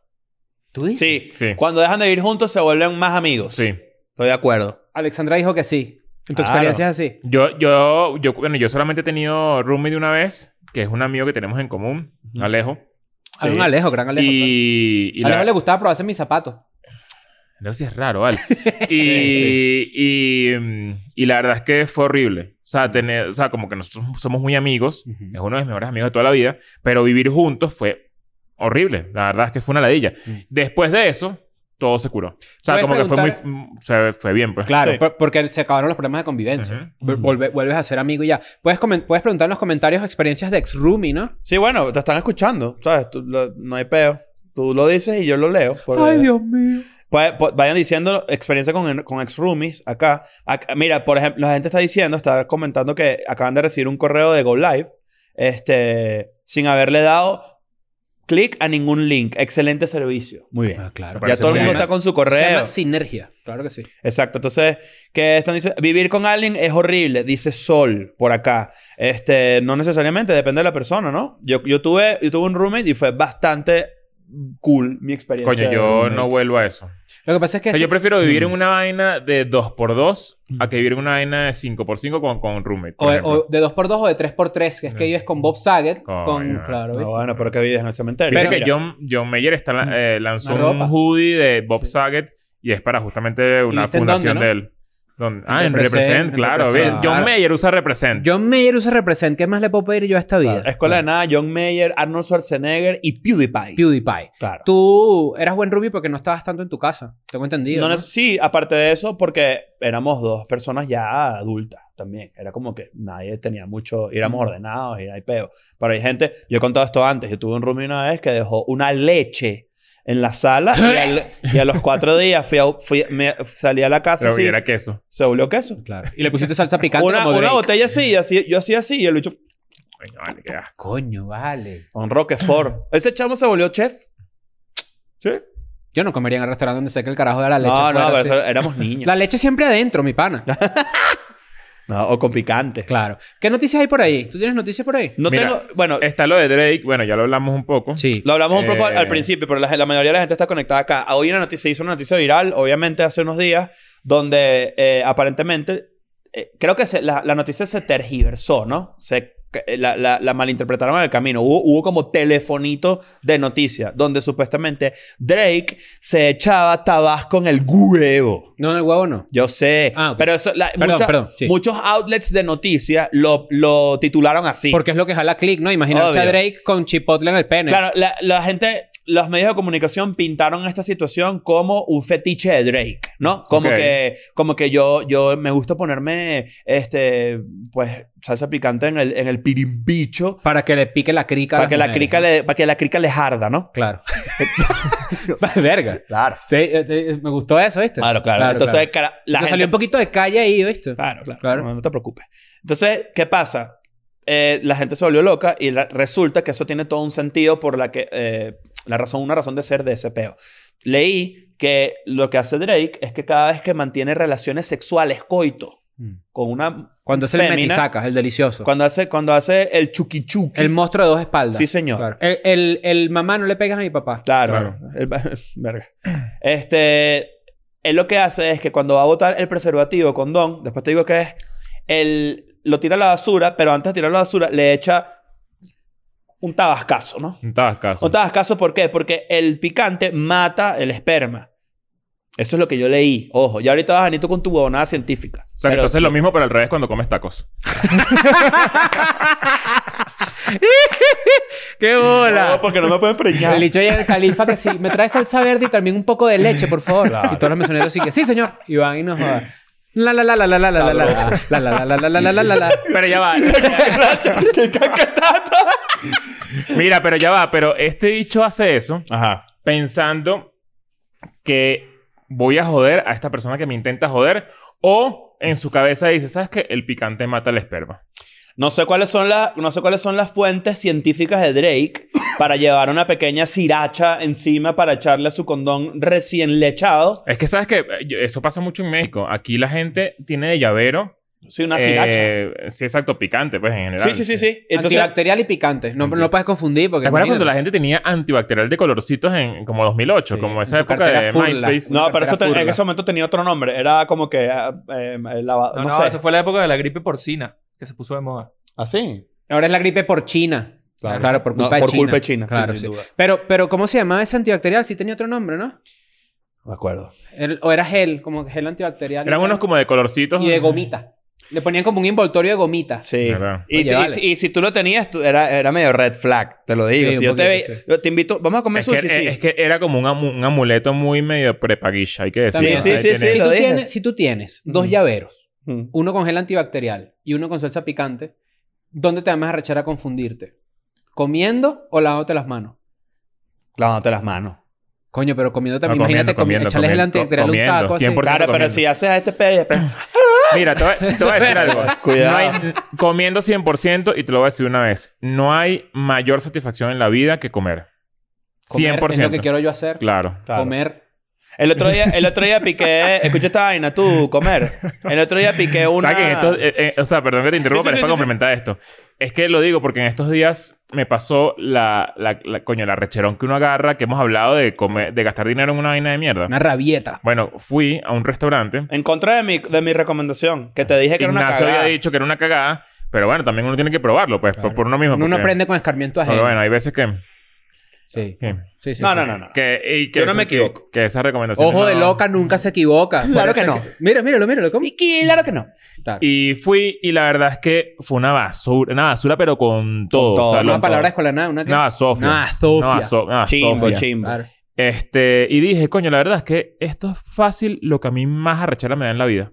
D: ¿Tú dices?
C: Sí,
B: Sí.
C: cuando dejan de ir juntos se vuelven más amigos.
B: Sí.
C: Estoy de acuerdo.
D: Alexandra dijo que sí. ¿En tu
C: Claro.
D: experiencia es así?
B: Yo, yo, yo, bueno, yo solamente he tenido roomie de una vez, que es un amigo que tenemos en común,
C: Ujú.
B: Alejo.
D: A un Alejo, gran Alejo. claro.
B: Y, y
D: a Alejo
B: la-
D: le gustaba probarse mis zapatos.
B: No sé si es
D: [LAUGHS]
B: raro, ¿vale? y,
C: sí.
B: Y, mm, y la verdad es que fue horrible. O sea, tener, o sea, como que nosotros somos muy amigos.
D: Ujú.
B: Es uno de mis mejores amigos de toda la vida. Pero vivir juntos fue horrible. La verdad es que fue una ladilla.
D: Mm.
B: Después de eso, todo se curó. O sea,
D: ¿Puedes
B: como que
D: preguntar-
B: fue muy... O sea, fue bien, pues.
D: Claro,
C: Sí.
D: por- porque se acabaron los problemas de convivencia.
C: Ujú.
D: Vol- volve- vuelves a ser amigo y ya. Puedes, comen- puedes preguntar en los comentarios experiencias de ex roomie, ¿no?
C: Sí, bueno, te están escuchando, ¿sabes? Tú lo- no hay peo. Tú lo dices y yo lo leo. porque-
D: mío.
C: Pues, pues, vayan diciendo experiencia con, con ex roomies acá. Ac- Mira, por ejemplo, la gente está diciendo, está comentando que acaban de recibir un correo de Go Live este, sin haberle dado clic a ningún link. Excelente servicio. Muy bien.
D: Ah, claro.
C: Ya
B: Parece
C: todo el
B: muy
C: mundo
B: bien.
C: está con su
D: Se
C: correo.
D: llama sinergia. Claro que sí.
C: Exacto. Entonces, ¿qué están diciendo? Vivir con alguien es horrible, dice Sol por acá. Este, no necesariamente, depende de la persona, ¿no? Yo, yo, tuve, yo tuve un roommate y fue bastante cool mi experiencia.
B: Coño,
C: de
B: yo
C: roommates.
B: no vuelvo a eso.
D: Lo que pasa es que... este,
B: O sea, yo
D: esto-
B: prefiero vivir en
C: Mm.
B: una vaina de 2x2
C: Mm.
B: a que vivir en una vaina de 5x5 con, con roommate.
D: o,
B: por
D: o
B: ejemplo.
D: de 2x2 o de 3x3, que es que
B: Mm.
D: vives con Bob Saget.
B: Coño.
D: Con, claro,
C: No,
D: ¿viste?
C: bueno, pero que vives en el cementerio.
B: Viste
D: pero-
B: que
C: Mira,
B: John, John Mayer está, la-
C: Mm.
B: eh, lanzó
D: Una
B: un
D: ropa.
B: hoodie de Bob
D: Sí.
B: Saget y es para justamente una
D: viste en
B: fundación
D: dónde,
B: de él. Donde- ah, en
D: Represent,
B: Represent,
D: en
B: claro.
D: Represent.
B: bien. John
C: Claro.
B: Mayer usa Represent.
D: John Mayer usa represent. ¿Qué más le puedo pedir yo a esta vida?
C: claro, Escuela de Nada, John Mayer, Arnold Schwarzenegger y PewDiePie.
D: PewDiePie.
C: claro.
D: Tú eras buen rubio porque no estabas tanto en tu casa. Tengo entendido.
C: No
D: ¿no?
C: neces- sí, aparte de eso, porque éramos dos personas ya adultas también. Era como que nadie tenía mucho, éramos ordenados y hay peo. Pero hay gente, yo he contado esto antes, yo tuve un roomie una vez que dejó una leche en la sala y, al- y a los cuatro días fui a- fui- me- salí a la casa
B: Pero
C: así,
B: era queso.
C: se volvió queso.
D: Claro. Y le pusiste salsa picante
C: una
D: como
C: una
D: Drake.
C: botella así, y así, yo hacía así y el bicho,
B: Coño, vale, qué asco.
D: Coño, vale.
C: un
D: [CLEARS THROAT]
C: Roquefort. Ese chamo se volvió chef. ¿Sí?
D: Yo no comería en el restaurante donde sé que el carajo de la leche.
C: No, no,
D: fuera
C: pero
D: así.
C: eso-
D: [LAUGHS]
C: éramos niños.
D: La leche siempre adentro, mi
C: [LAUGHS]
D: pana.
C: No, o con picante.
D: Claro. ¿Qué noticias hay por ahí? ¿Tú tienes noticias por ahí?
C: No
B: Mira,
C: tengo, bueno,
D: eh,
B: Está lo de Drake. Bueno, ya lo hablamos un poco.
D: Sí.
C: Lo hablamos un poco al,
B: Eh,
C: al principio, pero la, la mayoría de la gente está conectada acá. Hoy una noticia, se hizo una noticia viral, obviamente hace unos días, donde eh, aparentemente, eh, creo que se- la, la noticia se tergiversó, ¿no? Se, que- eh, la, la- la malinterpretaron en el camino. Hubo, hubo como telefonito de noticia, donde supuestamente Drake se echaba tabasco en el huevo.
D: No, en el huevo no.
C: Yo sé.
D: Ah, ok.
C: Pero eso, la-
D: Perdón,
C: mucha-
D: perdón, sí.
C: muchos outlets de noticias lo, lo titularon así.
D: Porque es lo que jala click, ¿no? Imaginarse a
C: Obvio.
D: Drake con chipotle en el pene.
C: Claro, la, la gente, los medios de comunicación pintaron esta situación como un fetiche de Drake, ¿no? Como
B: Ok.
C: que, como que yo, yo me gusta ponerme, este, pues, salsa picante en el, en el pirimbicho
D: Para que le pique la crica. a
C: para
D: las
C: que, la
D: mujeres.
C: crica le, para que la crica le jarda, ¿no? [LAUGHS]
D: Claro. Verga.
C: Claro.
D: Sí, eh, eh, me gustó eso, ¿viste?
C: Claro, claro. Entonces,
D: claro.
C: cara, la
D: Te
C: gente...
D: salió un poquito de calle ahí, ¿viste?
C: Claro, claro.
D: Claro.
C: No, no te preocupes. Entonces, ¿qué pasa? Eh, la gente se volvió loca y la- resulta que eso tiene todo un sentido por la que... eh, la razón, una razón de ser de ese peo. Leí que lo que hace Drake es que cada vez que mantiene relaciones sexuales coito
D: Mm.
C: con una...
D: Cuando es el
C: fémina,
D: metisacas, el delicioso.
C: Cuando hace, cuando hace el chuki chuki.
D: El monstruo de dos espaldas.
C: Sí, señor.
D: Claro. El, el- el mamá no le pegas a mi papá.
C: Claro. El- [LAUGHS] verga. Este, él lo que hace es que cuando va a botar el preservativo condón, después te digo que es, él lo tira a la basura, pero antes de tirar a la basura le echa un tabascazo, ¿no?
B: Un tabascazo.
C: Un tabascazo, ¿por qué? Porque el picante mata el esperma. Eso es lo que yo leí. Ojo, ya ahorita vas a venir tú con tu huevonada científica.
B: O sea, que
C: Pero-
B: entonces es lo mismo, pero al revés cuando comes tacos.
D: ¡Qué
C: No, porque no me pueden preñar. [LAUGHS]
D: El dicho y el califa que sí, me trae salsa verde y también un poco de leche, por favor. Y todos los misioneros así que, sí, señor. Y van y nos jodan. La la la la la la la la la la la la la la la la la la
B: Pero ya va.
C: ¡Qué caca tata!
B: Mira, pero ya va. Pero este bicho hace eso
C: Ajá.
B: pensando que voy a joder a esta persona que me intenta joder o en su cabeza dice, ¿sabes qué? El picante mata el esperma.
C: No sé, cuáles son la- no sé cuáles son las fuentes científicas de Drake para llevar una pequeña siracha encima para echarle a su condón recién lechado.
B: Es que sabes que eh, eso pasa mucho en México. Aquí la gente tiene de llavero.
C: Sí, una siracha.
B: eh, sí, exacto, picante, pues en general.
C: Sí, sí, sí, sí. Entonces,
D: Antibacterial y picante. No, no puedes confundir porque...
B: ¿Te acuerdas cuando
D: imagínate.
B: la gente tenía antibacterial de colorcitos en como 2008?
D: Sí,
B: como
D: en
B: esa
D: su
B: época
D: cartera
B: de
D: Furla.
B: MySpace.
C: no, pero eso te-
D: Furla.
C: en ese momento tenía otro nombre. Era como que... ah, eh, lava-
E: No,
C: no
E: no,
C: sé.
E: esa fue la época de la gripe porcina que se puso de moda.
C: ¿Así?
D: Ahora es la gripe por China. Claro, por culpa de
C: por
D: China.
C: culpa de China.
D: Claro,
C: sí,
D: sí.
C: sin duda.
D: Pero, pero, ¿cómo se llamaba ese antibacterial? Sí tenía otro nombre, ¿no?
C: De acuerdo.
D: El- o era gel, como gel antibacterial.
B: Eran unos como de colorcitos.
D: Y de gomita. Le ponían como un envoltorio de gomita.
C: Sí.
B: Verdad.
C: Y,
D: Oye,
C: y-
D: vale.
C: y si tú lo tenías, tú- era, era medio red flag, te lo digo.
D: Sí,
C: si
D: un
C: yo te,
D: poquito,
C: ve-
D: sí.
C: yo te invito, vamos a comer
B: Es que, e,
C: sushi. sí.
B: es que era como un, amu- un amuleto muy medio prepaguilla, hay que decirlo.
D: También.
B: O
D: Sí,
B: sea,
C: sí,
B: tiene-
C: sí,
D: si,
C: lo
D: tú
C: dije.
D: tienes, si tú tienes dos
C: Ujú.
D: llaveros,
C: Mm.
D: uno con gel antibacterial y uno con salsa picante, ¿dónde te vas a arrechar a confundirte? ¿Comiendo o lavándote las manos?
C: Lavándote las manos.
D: Coño, pero comiéndote,
B: No,
D: imagínate comiendo,
B: comiendo,
D: echarle
B: comiendo,
D: gel antibacterial a un
B: comiendo,
D: taco así.
B: 100%.
C: Claro, pero
B: comiendo.
C: si haces a este pedo y después-
B: Mira, te voy, te voy a decir algo.
C: Cuidado.
B: No hay- comiendo 100% y te lo voy a decir una vez. No hay mayor satisfacción en la vida que comer.
D: Comer
B: 100%.
D: Es lo que quiero yo hacer.
B: Claro.
C: Claro.
D: Comer.
C: El otro día, el otro día piqué... Escucha esta vaina, tú, comer. El otro día piqué una...
B: ¿Sabes que en estos- eh, eh, o sea, perdón que te interrumpa,
C: Sí, sí,
B: pero es para
C: sí, sí, sí.
B: complementar esto. Es que lo digo porque en estos días me pasó la, la, la- coño, la recherón que uno agarra, que hemos hablado de comer, de gastar dinero en una vaina de mierda.
D: Una rabieta.
B: Bueno, fui a un restaurante.
C: En contra de mi, de mi recomendación. Que te dije que era una
B: Ignacio
C: cagada.
B: había dicho que era una cagada, pero bueno, también uno tiene que probarlo, pues, por-
D: Claro.
B: por uno mismo.
D: Uno no
B: porque-
D: aprende con escarmiento
B: Pero
D: ajeno.
B: bueno, hay veces que...
D: Sí.
B: que-
D: Sí, sí,
C: No,
D: sí.
C: no, no, no.
B: que, y que
C: Yo no me
B: que-
C: equivoco.
B: Que esa recomendación...
D: Ojo de loca nunca se equivoca. Por
C: Claro
D: eso
C: que
D: es
C: no.
D: Mira, míralo, míralo. ¿Cómo?
C: Y claro que no.
D: Tal.
B: Y fui y la verdad es que fue una basura, una basura pero con todo.
C: todo,
B: o sea,
C: con
B: lo-
D: Una Ah, palabra de escuela, nada. Una, que-
B: Una basofia.
D: Una basofia.
B: Una baso- una
C: Chimbo,
B: basofia.
C: chimbo.
D: Claro.
B: Este, y dije, coño, la verdad es que esto es fácil lo que a mí más arrechera me da en la vida.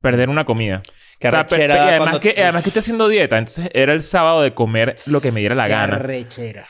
B: Perder una comida.
C: Qué
B: O sea, per-
C: arrechera
B: per- y además,
C: cuando-
B: que, además que estoy haciendo dieta. Entonces era el sábado de comer lo que me diera la
D: Qué
B: gana.
D: arrechera.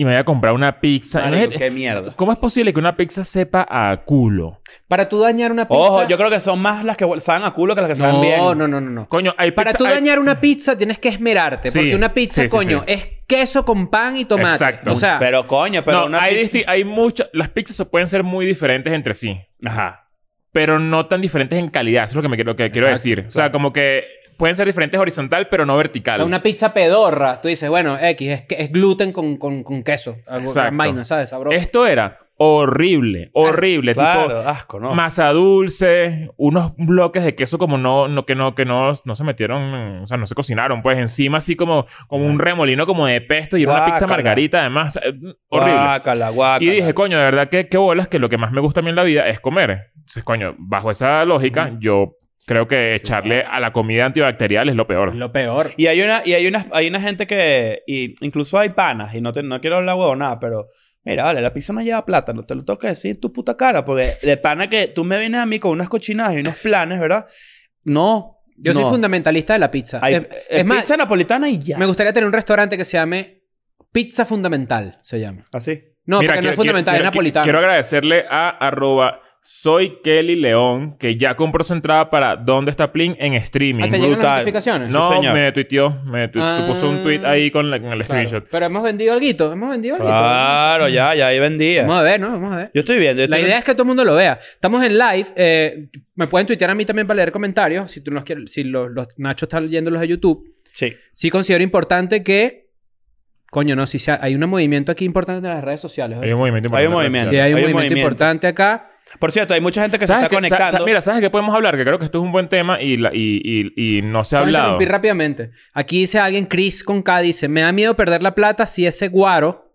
B: Y me voy a comprar una pizza.
C: Marico,
B: Imagínate,
C: qué mierda.
B: ¿Cómo es posible que una pizza sepa a culo?
D: Para tú dañar una pizza.
C: Ojo, yo creo que son más las que saben a culo que las que saben
D: no,
C: bien.
D: no, no, no, no.
B: Coño, hay
D: Para
B: pizza-
D: tú
B: hay-
D: dañar una pizza tienes que esmerarte.
B: Sí,
D: porque una pizza,
B: sí, sí,
D: coño,
B: sí.
D: es queso con pan y tomate.
B: Exacto.
D: O sea,
C: Pero coño, pero
B: no,
C: una
B: hay,
C: pizza-
B: disti- hay muchas... Las pizzas pueden ser muy diferentes entre sí.
C: Ajá.
B: pero no tan diferentes en calidad. Eso es lo que, me, lo que quiero
D: Exacto,
B: decir. O sea,
D: claro.
B: como que pueden ser diferentes horizontal, pero no
D: o
B: vertical.
D: sea, una pizza pedorra. Tú dices, bueno, X, es, que- es gluten con, con, con queso. Algo
B: Exacto.
D: vaina, ¿sabes? Sabroso.
B: Esto era horrible, horrible.
C: Ah, Claro, asco,
B: Tipo,
C: ¿no?
B: masa dulce, unos bloques de queso como no, no, que no, que no, no se metieron, o sea, no se cocinaron. Pues encima así como, como un remolino como de pesto y era una pizza
C: Guácala.
B: margarita además. eh, Horrible.
C: Guácala, guácala.
B: Y dije, coño, de verdad que qué bolas que lo que más me gusta a mí en la vida es comer. Entonces, coño, bajo esa lógica, yo creo que echarle a la comida antibacterial es lo peor.
D: Lo peor.
C: Y hay una, y hay una, hay una gente que. y incluso hay panas, y no, te, no quiero hablar huevo nada, pero. Mira, vale, la pizza no lleva plátano, te lo tengo que decir en tu puta cara, porque de pana que tú me vienes a mí con unas cochinadas y unos planes, ¿verdad? No.
D: Yo soy
C: no.
D: fundamentalista de la pizza.
C: Hay-
D: es,
C: eh,
D: es más,
C: pizza napolitana y ya.
D: me gustaría tener un restaurante que se llame Pizza Fundamental, se llama.
C: Así.
D: No,
B: Mira,
D: porque no
B: quiero-
D: es fundamental,
B: quiero-
D: es napolitano.
B: Quiero agradecerle a arroba soy Kelly León, que ya compró su entrada para ¿Dónde está Plin? en streaming.
D: Ah, ¿te llegan
C: brutal.
D: las notificaciones?
B: no,
C: Sí, señor.
B: me tuiteó, me tu-
D: Ah.
B: puso un tweet ahí con, la- con
D: Claro.
B: el screenshot.
D: Pero hemos vendido algo, hemos vendido algo.
C: Claro, ya, Ah, ya ahí vendía.
D: Vamos a ver, ¿no? Vamos a ver.
C: Yo estoy viendo. yo
D: La
C: estoy-
D: idea es que todo el mundo lo vea. Estamos en live. eh, me pueden tuitear a mí también para leer comentarios. Si tú nos quieres, si los, los Nacho están leyendo los de YouTube.
C: Sí.
D: Sí considero importante que. Coño, no, si se ha- hay un movimiento aquí importante en las redes sociales.
B: Hay un movimiento
C: Hay un
B: importante.
C: movimiento.
D: Si hay un
C: hay un
D: movimiento,
C: movimiento.
D: importante acá.
C: Por cierto, hay mucha gente que se
B: ¿Sabes
C: está
B: qué? Sa-
C: conectando.
B: sa- mira, ¿sabes qué podemos hablar? Que creo que esto es un buen tema y, la- y, y, y no se ha
D: Vamos a
B: hablado.
D: interrumpir rápidamente. Aquí dice alguien, Chris con K, dice: Me da miedo perder la plata si ese guaro.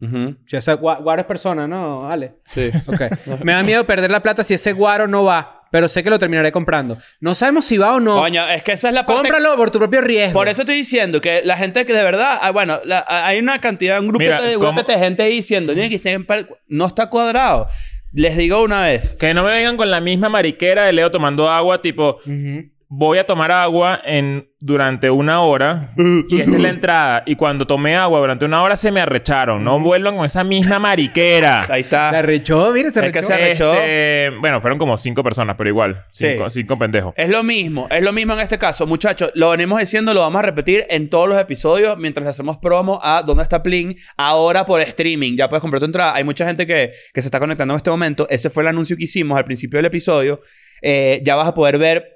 C: Ujú.
D: Si ese gua- guaro es persona, ¿no? Ale.
C: Sí.
D: Ok. Me da miedo perder la plata si ese guaro no va, pero sé que lo terminaré comprando. No sabemos si va o no.
C: Coño, es que esa es la parte.
D: Cómpralo por tu propio riesgo.
C: Por eso estoy diciendo que la gente que de verdad, ah, bueno, la- ah, hay una cantidad, un grupo
B: Mira,
C: de,
B: ¿cómo?
C: grupete de gente ahí diciendo, "Niño, que estén par- no está cuadrado. Les digo una vez,
B: Que no me vengan con la misma mariquera de Leo tomando agua, tipo,
D: Ujú.
B: voy a tomar agua en, durante
D: [LAUGHS]
B: una hora y esta es la entrada. Y cuando tomé agua durante una hora se me arrecharon. No vuelvan con esa misma mariquera.
C: ahí
D: [LAUGHS]
C: está.
D: Se arrechó, mira, se
C: Es Ah. que
D: arrechó.
C: se arre- arrechó.
B: Este, bueno, fueron como cinco personas, pero igual.
C: Sí.
B: Cinco, cinco pendejos.
D: Eh,
C: Es lo mismo, es lo mismo en este caso, muchachos. Lo venimos diciendo, lo vamos a repetir en todos los episodios mientras le hacemos promo a ¿Dónde está Plin? Ahora por streaming. Ya puedes comprar tu entrada. Hay mucha gente que, que se está conectando en este momento. Ese fue el anuncio que hicimos al principio del episodio. Eh, ya vas a poder ver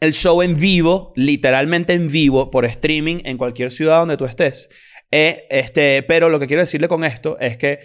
C: el show en vivo, literalmente en vivo, por streaming en cualquier ciudad donde tú estés. Eh, este, pero lo que quiero decirle con esto es que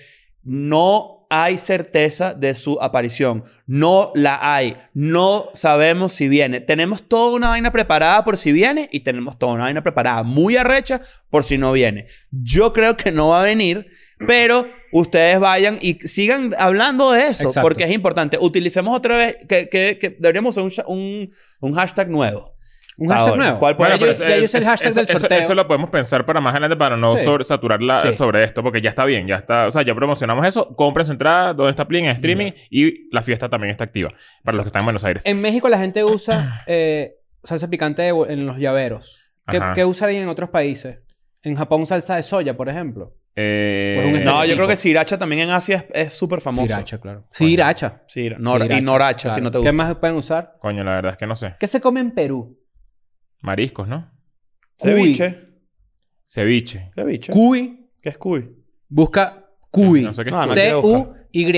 C: no hay certeza de su aparición. No la hay. No sabemos si viene. Tenemos toda una vaina preparada por si viene y tenemos toda una vaina preparada muy arrecha por si no viene. Yo creo que no va a venir, pero ustedes vayan y sigan hablando de eso
D: Exacto.
C: porque es importante. Utilicemos otra vez que, que- que deberíamos usar un, sha- un, un hashtag nuevo.
D: Un hashtag
C: Ahora,
D: nuevo.
C: ¿cuál puede
D: Ya
C: ser?
D: yo-
B: pero
D: ya
B: es-
D: yo sé el
B: es-
D: hashtag
B: eso,
D: del
B: eso-
D: sorteo.
B: eso lo podemos pensar para más adelante para no
D: Sí.
B: sobresaturar la,
D: Sí.
B: sobre esto, porque ya está bien, ya está. O sea, ya promocionamos eso. Compren su entrada, donde está Plin en streaming y la fiesta también está activa para los que están en Buenos Aires.
D: En México la gente usa eh, salsa picante de bo- en los llaveros. ¿Qué,
B: Ajá.
D: qué usarían en otros países? En Japón salsa de soya, por ejemplo.
B: Eh,
D: Pues un Eh,
C: No, yo
D: tipo.
C: creo que Sriracha también en Asia es- es súper famoso.
D: Sriracha, claro. Sriracha.
C: Sriracha. Nor-
D: Sriracha,
C: y Noracha, si
D: claro.
C: no te
D: ¿Qué
C: gusta.
D: más pueden usar?
B: Coño, la verdad es que no sé.
D: ¿Qué se come en Perú?
B: Mariscos, ¿no?
D: Cuy.
C: Ceviche.
B: Ceviche.
C: Ceviche.
D: Cuy.
C: ¿Qué es cuy?
D: Busca cuy.
B: No sé qué es
C: No, no
B: cuy.
C: sé.
D: C-U-Y.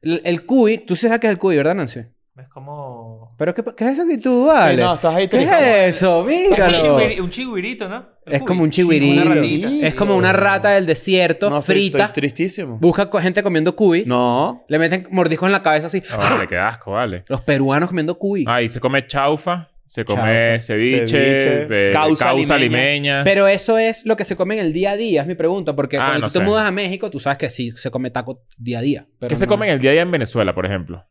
D: El, el cuy, tú sí sabes que es el cuy, ¿verdad, Nancy?
E: Es como...
D: Pero ¿qué, pa- qué es esa actitud, vale?
G: Sí, no, estás ahí
D: ¿Qué
G: triste.
D: es eso? Míralo.
E: Un chihuiri- Un chihuirito, ¿no? El
D: Es
E: cuy.
D: como un
E: Una
D: chihuirito.
E: ratita.
D: Es como una rata del desierto,
C: No, estoy-
D: frita.
C: estoy tristísimo.
D: Busca co- gente comiendo cuy.
C: No.
D: Le meten mordiscos en la cabeza así.
B: No, Ah, vale, qué asco, vale.
D: Los peruanos comiendo cuy.
B: Ahí se come chaufa, se come
D: Chaufa.
B: ceviche,
C: Ceviche.
B: eh,
C: Causa
B: causa,
C: limeña.
B: limeña.
D: Pero eso es lo que se come en el día a día, es mi pregunta. Porque
B: Ah,
D: cuando
B: no
D: tú te
B: sé.
D: mudas a México, tú sabes que sí se come taco día a día. pero
B: ¿Qué se
D: no-
B: come en el día a día en Venezuela, por ejemplo?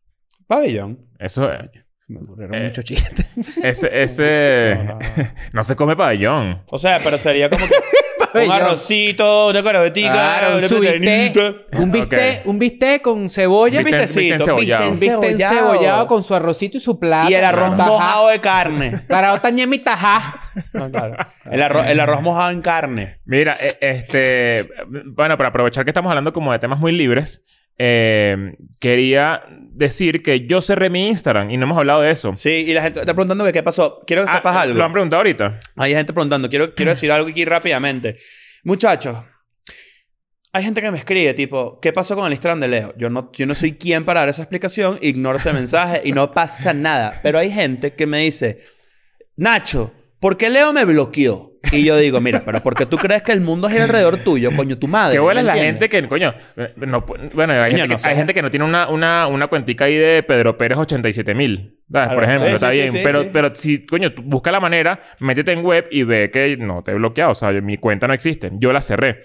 C: Pabellón.
B: Eso eh,
D: Me ocurrieron
B: Eh,
D: muchos chistes.
B: ese, ese [LAUGHS] no se come pabellón.
C: O sea, pero
D: [LAUGHS]
C: sería como que un arrocito, una carabetica,
D: Claro, un
C: una
D: su bistec,
C: petanita.
D: un bistec,
B: Ok.
D: un bistec con cebolla,
B: Un
D: un
B: bistec
C: Vistecito,
B: encebollado.
D: bistec
C: encebollado.
D: encebollado con su arrocito y su plato.
C: Y el arroz
D: Tajá.
C: mojado de carne.
D: Caraota ñema y tajá.
C: No, claro. el, arroz, el arroz mojado en carne.
B: Mira, eh, este, bueno, para aprovechar que estamos hablando como de temas muy libres, eh, quería decir que yo cerré mi Instagram y no hemos hablado de eso.
C: Sí, y la gente está preguntando que qué pasó. Quiero que
B: Ah,
C: sepas algo.
B: Lo han preguntado ahorita.
C: Hay gente preguntando, quiero, quiero decir algo aquí rápidamente. Muchachos, hay gente que me escribe, tipo, ¿qué pasó con el Instagram de Leo? Yo no, yo no soy quien para dar esa explicación, ignoro ese mensaje y no pasa nada. Pero hay gente que me dice, Nacho, ¿por qué Leo me bloqueó? Y yo digo, mira, pero porque tú crees que el mundo gira alrededor tuyo, coño, tu madre.
B: Que huele
C: ¿me
B: la
C: entiendes?
B: gente que, coño, eh, no pu- bueno, hay,
C: Coño,
B: gente,
C: no
B: que,
C: sé.
B: hay gente que no tiene una, una, una cuentica ahí de Pedro Pérez 87 mil. ¿Sabes? Por
C: Claro,
B: ejemplo,
C: sí,
B: está
C: sí, sí,
B: bien.
C: sí,
B: pero,
C: sí.
B: pero si, coño, tú busca la manera, métete en web y ve que no te he bloqueado. O sea, yo- mi cuenta no existe. Yo la cerré.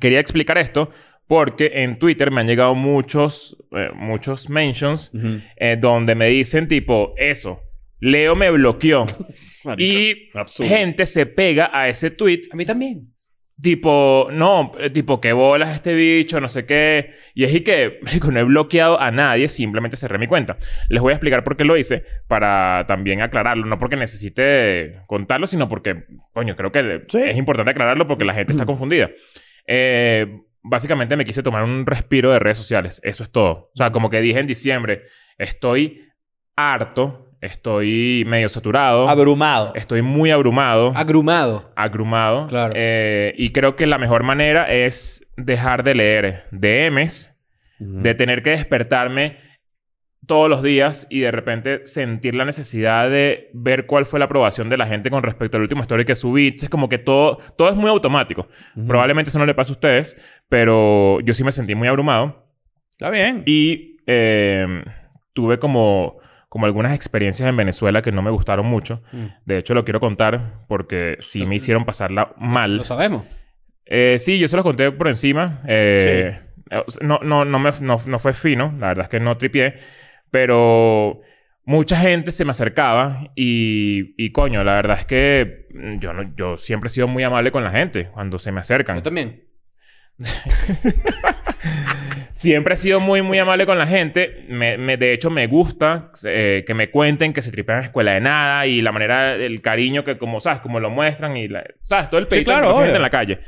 B: Quería explicar esto porque en Twitter me han llegado muchos, eh, muchos mentions
C: Ujú.
B: eh, donde me dicen tipo, eso, Leo me
C: [LAUGHS]
B: bloqueó. y
C: absurdo.
B: gente se pega a ese tweet
D: A mí también.
B: Tipo, no, eh, tipo, que bolas este bicho, no sé qué. Y es y que [LAUGHS] marico, no he bloqueado a nadie, simplemente cerré mi cuenta. Les voy a explicar por qué lo hice, para también aclararlo. No porque necesite contarlo, sino porque, coño, creo que le-
C: Sí.
B: es importante aclararlo porque la gente está confundida. Eh, básicamente me quise tomar un respiro de redes sociales. Eso es todo. O sea, como que dije en diciembre, estoy harto, estoy medio saturado,
C: Abrumado.
B: estoy muy abrumado
D: Agrumado.
B: agrumado.
D: Claro.
B: Eh, y creo que la mejor manera es dejar de leer DMs, de tener que despertarme todos los días y de repente sentir la necesidad de ver cuál fue la aprobación de la gente con respecto al último story que subí. Entonces, como que todo, todo es muy automático. Probablemente eso no le pase a ustedes, pero yo sí me sentí muy abrumado.
C: Está bien.
B: Y eh, tuve como, como algunas experiencias en Venezuela que no me gustaron mucho.
D: Mm.
B: De hecho, lo quiero contar porque sí me hicieron pasarla mal.
D: Lo sabemos.
B: Eh, sí, yo se los conté por encima. Eh, o sea, no, no, no, me, no, no fue fino, la verdad es que no tripié, pero mucha gente se me acercaba y, y coño, la verdad es que mm, yo, no, yo siempre he sido muy amable con la gente cuando se me acercan.
D: Yo también.
B: Siempre he sido muy, muy amable con la gente. Me, me- de hecho, me gusta eh, que me cuenten que se tripean en escuela de nada y la manera, el cariño que, como sabes, como lo muestran y, la- sabes, todo el pedito
C: claro,
B: que se
C: obvio.
B: en la calle.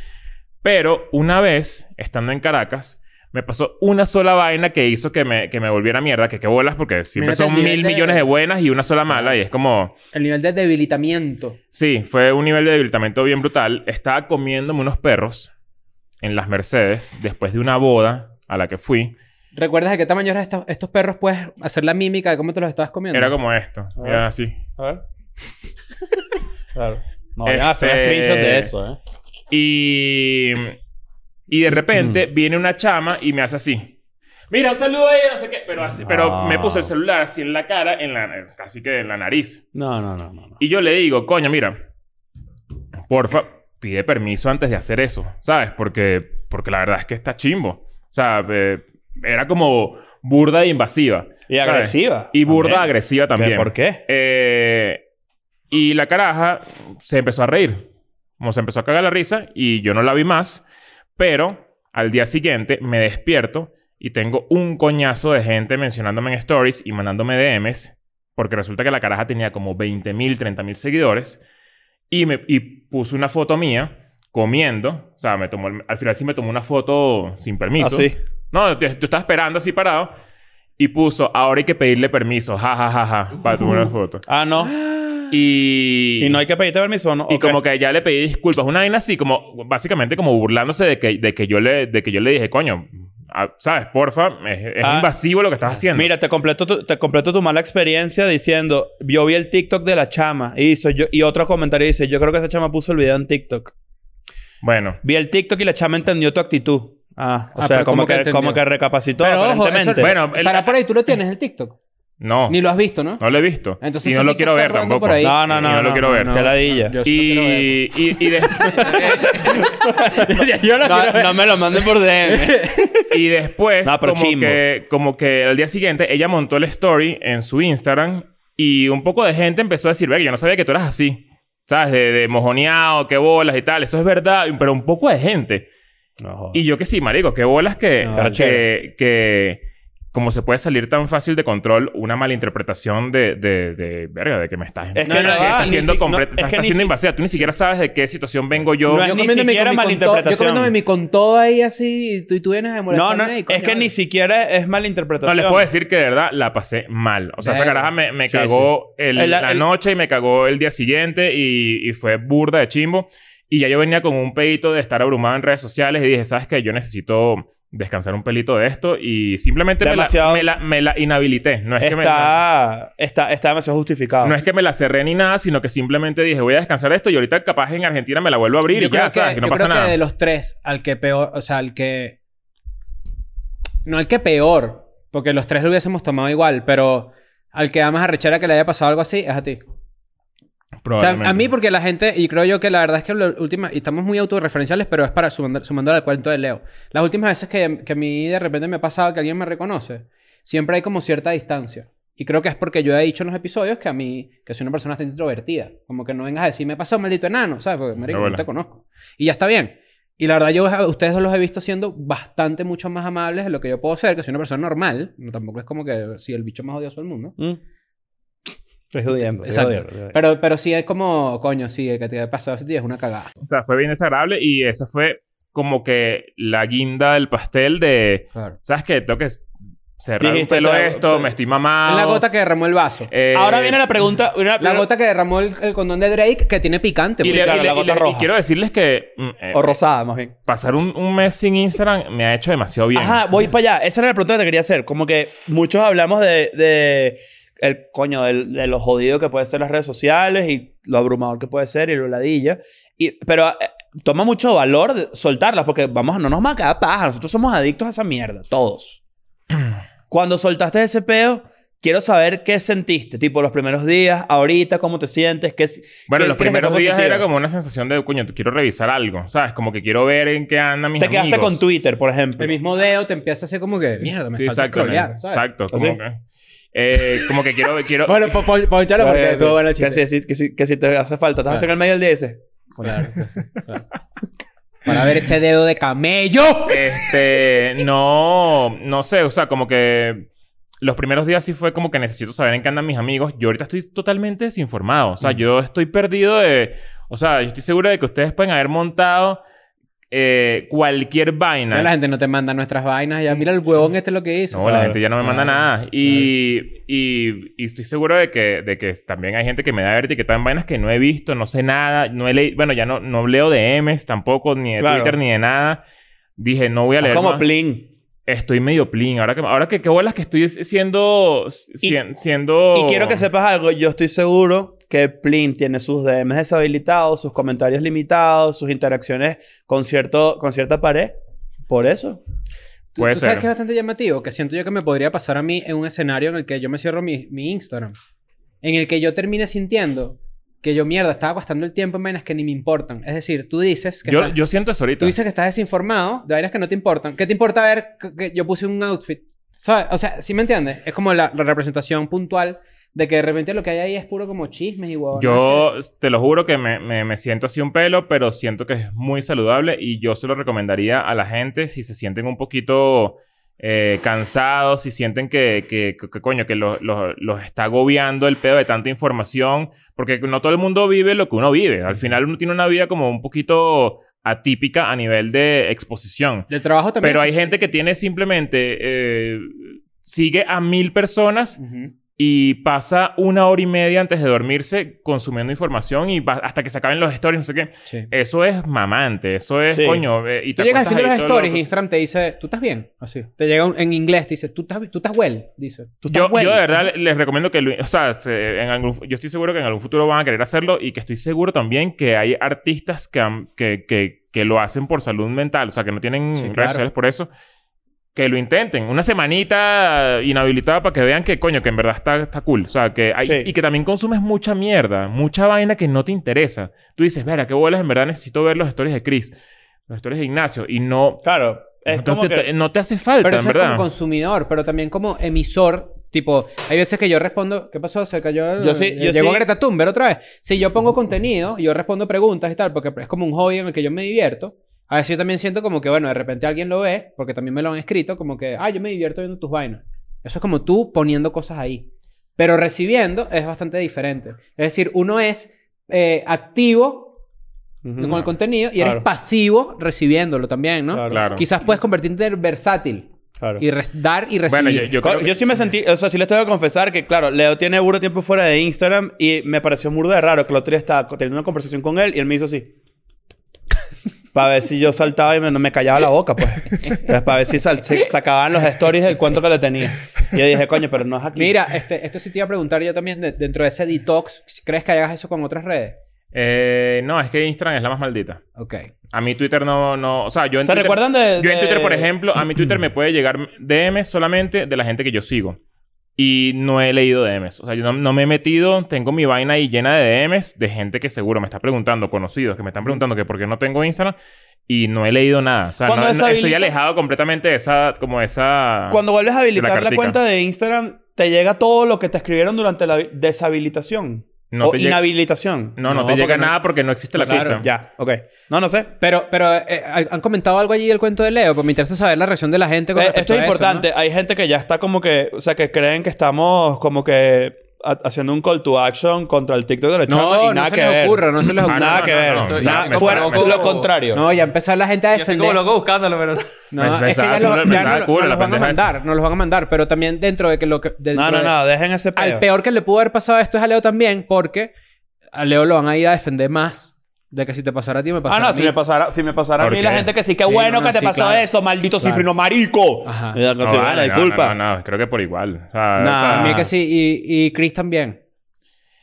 B: Pero una vez, estando en Caracas, me pasó una sola vaina que hizo que me, que me volviera mierda, que qué bolas, porque siempre
D: Mírate
B: son
D: el
B: mil
D: nivel de-
B: millones de buenas y una sola mala y es como...
D: El nivel de debilitamiento.
B: Sí, fue un nivel de debilitamiento bien brutal. Estaba comiéndome unos perros en las Mercedes después de una boda a la que fui.
D: ¿Recuerdas de qué tamaño eran estos, estos perros? Puedes hacer la mímica de cómo te los estabas comiendo.
B: Era como esto.
C: Ah.
B: Era así. [LAUGHS]
C: A ver. Claro. No, vayan a hacer
B: Este-
C: screenshot de eso, ¿eh?
B: Y... Y de repente viene una chama y me hace así. Mira, un saludo ahí, no sé qué. Pero, así, pero me puso el celular así en la cara, en la, casi que en la nariz.
C: No, no, no, no. no.
B: Y yo le digo, coño, mira, porfa, pide permiso antes de hacer eso, ¿sabes? Porque, porque la verdad es que está chimbo. O sea, eh, era como burda e invasiva.
C: Y
B: ¿sabes?
C: agresiva.
B: Y burda
C: También.
B: agresiva también.
C: ¿Por qué?
B: Eh, y la caraja se empezó a reír. Como se empezó a cagar la risa y yo no la vi más. Pero al día siguiente me despierto y tengo un coñazo de gente mencionándome en stories y mandándome DMs. Porque resulta que la caraja tenía como 20.000, 30.000 seguidores. Y, me, y puso una foto mía comiendo. O sea, me tomó, el- al final sí me tomó una foto sin permiso.
C: Así.
B: No, te- tú estás esperando así parado. Y puso, ahora hay que pedirle permiso. Ja, ja, ja, ja. Para tomar una foto.
C: Ah, no.
B: Y...
C: Y no hay que pedirte permiso, ¿no?
B: Y
C: Ok.
B: como que ya le pedí disculpas. Una vaina así, como... Básicamente como burlándose de que, de que, yo, le, de que yo le dije, coño... ah, ¿sabes? Porfa, es, es
C: Ah.
B: invasivo lo que estás haciendo.
C: Mira, te completo, tu, te completo tu mala experiencia diciendo, yo vi el TikTok de la chama y, hizo, yo, y otro comentario dice, yo creo que esa chama puso el video en TikTok.
B: Bueno,
C: Vi el TikTok y la chama entendió tu actitud. Ah, o
D: Ah,
C: sea,
D: pero
C: como
D: ¿cómo que
C: que, como
D: entendió?
C: que recapacitó
D: Pero ojo,
C: aparentemente. Oh.
D: eso-
B: Bueno, el-
D: para por ahí, tú lo tienes el TikTok.
B: no.
D: Ni lo has visto, ¿no?
B: No lo he visto.
D: Entonces,
B: y
D: ese
B: no lo
D: TikTok
B: quiero ver
D: está rodando
B: tampoco.
D: por ahí.
C: no, no,
B: Y
C: no,
B: no lo quiero ver.
C: Qué ladilla.
D: Yo sí lo quiero ver.
B: Y, y, y
C: [LAUGHS]
B: de- [LAUGHS]
D: Yo lo quiero
C: No,
D: ver.
C: no me lo manden por
D: [LAUGHS]
C: DM.
B: y
C: [LAUGHS]
B: después,
C: No, pero
B: como,
C: chimbo.
B: que, como que al día siguiente, ella montó el story en su Instagram y un poco de gente empezó a decir, ve, yo no sabía que tú eras así. ¿Sabes? De, de mojoneado, qué bolas y tal. Eso es verdad, pero un poco de gente. Y yo que sí, marico, qué bolas que,
D: No,
B: que, que como se puede salir tan fácil de control una malinterpretación de, de, de verga, de que me estás,
D: que
C: Es
D: no va,
B: estás
C: ni
B: siendo
C: si- no,
B: completa,
C: es
B: estás
C: que ni
B: siendo
C: si-
B: invasiva. Tú ni siquiera sabes de qué situación vengo yo.
C: No es
D: Yo
C: ni
D: comiéndome con mi con
C: siquiera
D: todo- Yo
C: malinterpretación.
D: comiéndome mi con todo ahí así y tú, y tú vienes a
C: No,
D: molestarme.
C: no,
D: y
C: es
D: coño,
C: que
D: vale.
C: ni siquiera es mala
B: No,
C: interpretación.
B: les puedo decir que de verdad la pasé mal. O sea, esa
D: Verga.
B: caraja me, me
C: Sí,
B: cagó el-
C: El-
B: la
C: el-
B: noche y me cagó el día siguiente y, y fue burda de chimbo. Y ya yo venía con un pedito de estar abrumado en redes sociales y dije, ¿sabes qué? Yo necesito descansar un pelito de esto y simplemente me la,
C: Demasiado-
B: me, la, me la inhabilité. No es, que me,
C: Está, está, está demasiado justificado.
B: no es que me la cerré ni nada, sino que simplemente dije, voy a descansar esto y ahorita capaz en Argentina me la vuelvo a abrir
D: Yo
B: y
D: creo
B: ya, ¿sabes? Que no
D: yo
B: pasa
D: creo
B: nada.
D: de los tres, al que peor, o sea, al que. No al que peor, porque los tres lo hubiésemos tomado igual, pero al que da más arrechera que le haya pasado algo así es a ti. O sea,
B: Probablemente.
D: a mí porque la gente, y creo yo que la verdad es que la última, y estamos muy autorreferenciales, pero es para sumando, sumando al cuento de Leo. Las últimas veces que, que a mí de repente me ha pasado que alguien me reconoce, siempre hay como cierta distancia. Y creo que es porque yo he dicho en los episodios que a mí, que soy una persona bastante introvertida. Como que no vengas a decir, me pasó, maldito enano, ¿sabes? Porque, marico,
B: Hola.
D: no te conozco. Y ya está bien. Y la verdad, yo a ustedes dos los he visto siendo bastante mucho más amables de lo que yo puedo ser, que soy una persona normal. No, tampoco es como que si el bicho más odioso del mundo.
C: Mm. Estoy jodiendo. estoy
D: Exacto.
C: jodiendo, estoy jodiendo.
D: Pero, pero sí es como, coño, sí, el que te ha pasado ese día es una cagada.
B: O sea, fue bien desagradable y esa fue como que la guinda del pastel de...
D: Claro.
B: ¿Sabes qué? Tengo que cerrar un
C: Dijiste,
B: pelo
C: te-
B: esto,
C: te-
B: me estoy mamado.
D: Es la gota que derramó el vaso.
B: Ah, eh,
C: Ahora viene la pregunta. una-
D: la gota que derramó el, el condón de Drake que tiene picante.
B: Y,
C: Sí,
B: le-
D: pues.
C: claro,
B: y le-
C: la
B: y
C: gota
B: le- y
C: roja.
B: quiero decirles que mm, eh,
C: O rosada, más bien.
B: pasar un, un mes sin Instagram me ha hecho demasiado bien.
C: Ajá, voy para allá. Esa era la pregunta que te quería hacer. Como que muchos hablamos de, de el coño, del- de, lo jodido que puede ser las redes sociales y lo abrumador que puede ser y lo ladilla. Y, pero eh, toma mucho valor de soltarlas porque vamos, no nos más cada paja. Nosotros somos adictos a esa mierda, [CLEARS THROAT] todos. Cuando soltaste ese peo, quiero saber qué sentiste. Tipo, los primeros días, ahorita, cómo te sientes, qué... si-
B: Bueno,
C: qué
B: los
C: crees que
B: primeros
C: fue
B: días
C: positivo.
B: era como una sensación de, coño, quiero revisar algo, ¿sabes? Como que quiero ver en qué andan mis
C: Te quedaste
B: amigos.
C: con Twitter, por ejemplo.
D: El mismo dedo te empieza a hacer como que, mierda, me
B: Sí,
D: falta
B: exacto.
D: scrollear,
B: ¿no?
D: ¿sabes?
B: Exacto. Como,
C: ¿Así?
B: que, eh, como que quiero...
C: [LAUGHS]
B: quiero
D: Bueno, po- po- ponchalo porque estuvo bueno el
C: que,
D: chiste.
C: si, si- que, si, que si te hace falta,
B: Ah.
C: estás
D: Claro.
C: en el medio del día y dices...
D: Claro, claro. [LAUGHS] Para ver ese dedo de camello.
B: Este, no, no sé, o sea, como que los primeros días sí fue como que necesito saber en qué andan mis amigos. Yo ahorita estoy totalmente desinformado, o sea,
D: Mm.
B: yo estoy perdido de, o sea, yo estoy seguro de que ustedes pueden haber montado eh, cualquier vaina.
D: Ya La gente no te manda nuestras vainas. Ya mira el huevón este es lo que hizo.
B: No, la gente ya no me manda
D: Claro.
B: nada. Y, y, y estoy seguro de que, de que también hay gente que me da verte que están vainas que no he visto, no sé nada, no he leído, bueno, ya no, no leo de M's tampoco, ni de
C: Claro.
B: Twitter, ni de nada. Dije, no voy a
C: Es
B: leer.
C: como
B: más.
C: Plin.
B: Estoy medio plin. Ahora que, ahora que qué bolas que estoy siendo. sien- siendo.
C: Y quiero que sepas algo, yo estoy seguro que Plin tiene sus DMs deshabilitados, sus comentarios limitados, sus interacciones con, cierto, con cierta pared. Por eso.
D: ¿Tú,
B: Puede
D: tú sabes
B: ser.
D: que es bastante llamativo? Que siento yo que me podría pasar a mí en un escenario en el que yo me cierro mi, mi Instagram. En el que yo termine sintiendo que yo, mierda, estaba gastando el tiempo en vainas que ni me importan. Es decir, tú dices que,
B: Yo,
D: estás,
B: yo siento eso ahorita.
D: tú dices que estás desinformado de vainas que no te importan. ¿Qué te importa ver que, que yo puse un outfit? ¿Sabes? O sea, ¿sí me entiendes? Es como la, la representación puntual de que de repente lo que hay ahí es puro como chismes y huevonas.
B: Yo te lo juro que me, me- me siento así un pelo, pero siento que es muy saludable y yo se lo recomendaría a la gente si se sienten un poquito eh, cansados, si sienten que, que- que- que coño, que los, los- los está agobiando el pedo de tanta información, porque no todo el mundo vive lo que uno vive. Al final uno tiene una vida como un poquito atípica a nivel de exposición.
D: Del trabajo también.
B: Pero hay
D: sí.
B: gente que tiene simplemente. eh, sigue a mil personas
D: Ujú.
B: y pasa una hora y media antes de dormirse consumiendo información y va- hasta que se acaben los stories, no sé qué.
D: Sí.
B: Eso es mamante, eso es
C: Sí.
B: coño. eh, y
D: Tú
B: te
D: llegas al
B: acuestas
D: final de
B: ahí
D: las
B: todo
D: stories y
B: loco.
D: Instagram te dice, ¿tú estás bien? Así. Te llega un- en inglés, te dice, ¿tú estás, tú estás well? Dice.
C: Tú estás
B: Yo,
C: bueno.
B: yo de verdad le- les recomiendo que, lo- o sea, se- en algún- yo estoy seguro que en algún futuro van a querer hacerlo y que estoy seguro también que hay artistas que, han- que, que, que lo hacen por salud mental, o sea, que no tienen
D: Sí, claro.
B: redes sociales por eso. Que lo intenten. Una semanita inhabilitada para que vean que, coño, que en verdad está, está cool. O sea, que hay...
C: Sí.
B: Y que también consumes mucha mierda. Mucha vaina que no te interesa. Tú dices, verá, qué bolas. En verdad necesito ver los stories de Chris. Los stories de Ignacio. Y no...
C: Claro. Es
B: no,
C: como
B: te,
C: que...
B: te- no te hace falta,
D: Pero
B: en
D: eso es
B: verdad.
D: como consumidor, pero también como emisor. Tipo, hay veces que yo respondo, ¿qué pasó? Se cayó. el- eh,
C: Yo sí- yo
D: llegó
C: sí.
D: Greta Thunberg otra vez. Si yo pongo contenido, yo respondo preguntas y tal, porque es como un hobby en el que yo me divierto. A veces yo también siento como que, bueno, de repente alguien lo ve, porque también me lo han escrito, como que, ah, yo me divierto viendo tus vainas. Eso es como tú poniendo cosas ahí. Pero recibiendo es bastante diferente. Es decir, uno es eh, activo
C: Ujú.
D: con el contenido y eres
C: Claro.
D: pasivo recibiéndolo también, ¿no?
C: Claro.
B: Claro.
D: Quizás puedes convertirte en versátil.
C: Claro.
D: Y res- dar y recibir.
B: Bueno, yo, yo creo
C: Claro,
B: que-
C: Yo sí me sentí, o sea, sí les tengo que confesar que, claro, Leo tiene burro tiempo fuera de Instagram y me pareció burda de raro que el otro día estaba co- teniendo una conversación con él y él me hizo así. Para ver si yo saltaba y me, no me callaba la boca, pues. Para ver si sal- se sacaban los stories del cuento que le tenía. Y yo dije, coño, pero no es aquí.
D: Mira, este, esto sí te iba a preguntar yo también de- dentro de ese detox. si ¿Crees que hagas eso con otras redes?
B: Eh, no, es que Instagram es la más maldita.
D: Ok.
B: A mí Twitter no, no, o sea, yo en
C: ¿Se
B: Twitter,
C: recuerdan de,
B: yo en
C: de-
B: Twitter, por ejemplo, a mi Twitter me puede llegar DMs solamente de la gente que yo sigo. Y no he leído DMs. O sea, yo no, no me he metido, tengo mi vaina ahí llena de DMs de gente que seguro me está preguntando, conocidos que me están preguntando que por qué no tengo Instagram y no he leído nada. O sea, no,
C: Cuando
B: no- estoy
C: deshabilitas-
B: alejado completamente de esa, como de esa...
C: Cuando vuelves a habilitar la,
B: cartica.
C: cuenta de Instagram, te llega todo lo que te escribieron durante la vi- deshabilitación.
B: No
C: o
B: te llega-
C: inhabilitación.
B: No, no,
D: No,
B: te llega
D: porque no-
B: nada porque no existe la
C: Claro,
B: cuenta.
C: ya, ok. No, no sé.
D: Pero, pero eh, ¿han comentado algo allí del cuento de Leo? Pues me interesa saber la reacción de la gente con
C: Eh,
D: respecto
C: esto es
D: a eso,
C: importante. Hay gente que ya está como que, o sea, que creen que estamos como que ha- haciendo un call to action contra el TikTok de la chama
D: No,
C: y
D: no,
C: nada
D: se
C: que
D: les
C: ver. Ah,
D: ocurra, no se les ocurra.
C: Nada
B: no,
C: que
B: no,
C: ver.
B: no,
E: estoy-
C: Nada-
E: me
C: fuera-
E: saco-
C: lo contrario.
D: No, ya empezó la gente a
E: Yo estoy como
D: defender.
E: loco buscándolo, pero...
B: Me-
D: No,
B: me
D: es que
B: saca
D: ya lo,
B: culo, me
D: ya no
B: saca
D: lo-
B: culo
D: no
B: la
D: los van a
B: pendeja esa.
D: mandar, nos los van a mandar, pero también dentro de que lo que dentro
C: No, no,
D: de-
C: no, dejen ese
D: Al
C: peo.
D: peor que le pudo haber pasado esto es a Leo también, porque a Leo lo van a ir a defender más de que si te pasara a ti me pasara
C: Ah, no,
D: a mí.
C: si me pasara, si me pasara a
B: ¿Por
C: mí la
B: qué?
C: gente que sí, qué
D: Sí,
C: bueno
D: no, no,
C: que te
D: sí,
C: pasó
D: claro.
C: eso, maldito
D: Claro.
C: cifrino marico.
D: Ajá.
C: Y la cosa,
B: No,
C: "Ah,
B: vale, no, no,
C: disculpa.
B: no, no, creo que por igual. O sea,
C: Nah.
B: o sea,
D: A mí
C: Ah.
D: que sí, y, y Chris también.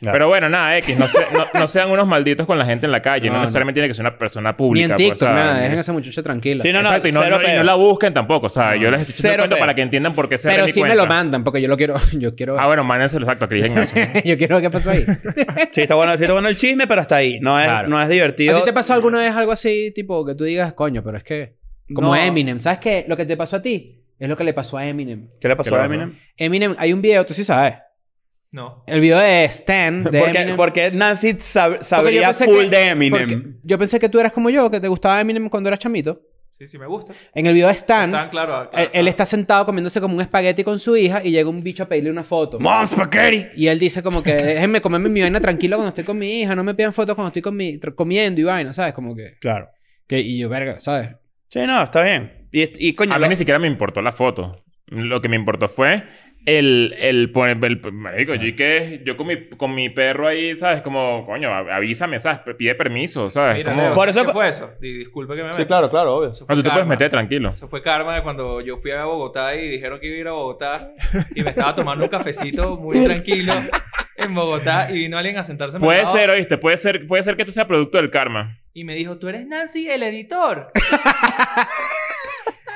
B: Pero bueno, nada, X, no, se- no- no sean unos malditos con la gente en la calle.
D: No,
B: No,
D: no.
B: necesariamente tiene que ser una persona pública.
D: Ni en
B: pues,
D: TikTok,
B: o sea,
D: nada. Dejen a esa muchacha tranquila.
C: Sí, no, no,
B: Exacto, y no,
C: cero
B: no- y
C: peo.
B: no la busquen tampoco. O sea, yo les estoy
C: Cero
B: diciendo
C: peo.
B: para que entiendan por qué se
D: Pero
B: mi
D: sí me
B: cuenta.
D: lo mandan, porque yo lo quiero... [LAUGHS] Yo quiero...
B: Ah, bueno, mándenselo exacto a Cris [LAUGHS] Ignacio.
D: yo quiero ver qué pasó
C: [LAUGHS]
D: ahí.
C: Sí, está bueno, sí está bueno el chisme, pero hasta ahí. No es,
B: Claro.
C: no es divertido.
D: ¿A ti te pasó alguna vez algo así, tipo, que tú digas, coño, pero es que... Como
C: No.
D: Eminem. ¿Sabes qué? Lo que te pasó a ti es lo que le pasó a Eminem.
C: ¿Qué le
B: ¿Qué
C: pasó
B: le
C: a
B: pasó?
C: Eminem?
D: Eminem, hay un video, tú sí sabes.
E: No.
D: El video de Stan, de
C: Porque,
D: Eminem.
C: porque Nancy sab-
D: Porque yo
C: sabría
D: pensé
C: full
D: que-
C: de Eminem.
D: porque yo pensé que tú eras como yo, que te gustaba Eminem cuando eras chamito.
E: Sí, sí, me gusta.
D: En el video de
E: Están,
D: Stan,
E: claro.
D: él, él está sentado comiéndose como un espagueti con su hija y llega un bicho a pedirle una foto.
C: Mom Spaghetti.
D: Y él dice como que déjenme comerme mi vaina tranquilo cuando estoy con mi hija, no me pidan fotos cuando estoy con mi- tr- comiendo y vaina, ¿sabes? Como que,
C: Claro.
D: que- Y yo, verga, ¿sabes?
C: Sí, no, está bien. Y, y coño,
B: a mí
C: lo-
B: ni siquiera me importó la foto. Lo que me importó fue el... el, poner- el, marico, yo, que, yo con, mi, con mi perro ahí, ¿sabes? Como, coño, a- avísame, ¿sabes? Pide permiso, ¿sabes?
E: Mira,
B: Como-
E: Leo,
C: Por
E: ¿qué
C: eso-
E: fue eso? Di- Disculpe que me
C: Sí,
E: meta.
C: claro, claro, obvio.
E: Eso fue
B: No, tú te puedes
E: karma.
B: meter tranquilo.
E: Eso fue karma de cuando yo fui a Bogotá y dijeron que iba a ir a Bogotá y me estaba tomando un cafecito muy tranquilo en Bogotá y vino alguien a sentarse a mi
B: Puede
E: lado
B: ser, oíste, puede ser, puede ser que tú seas producto del karma.
E: y me dijo, tú eres Nancy, el editor.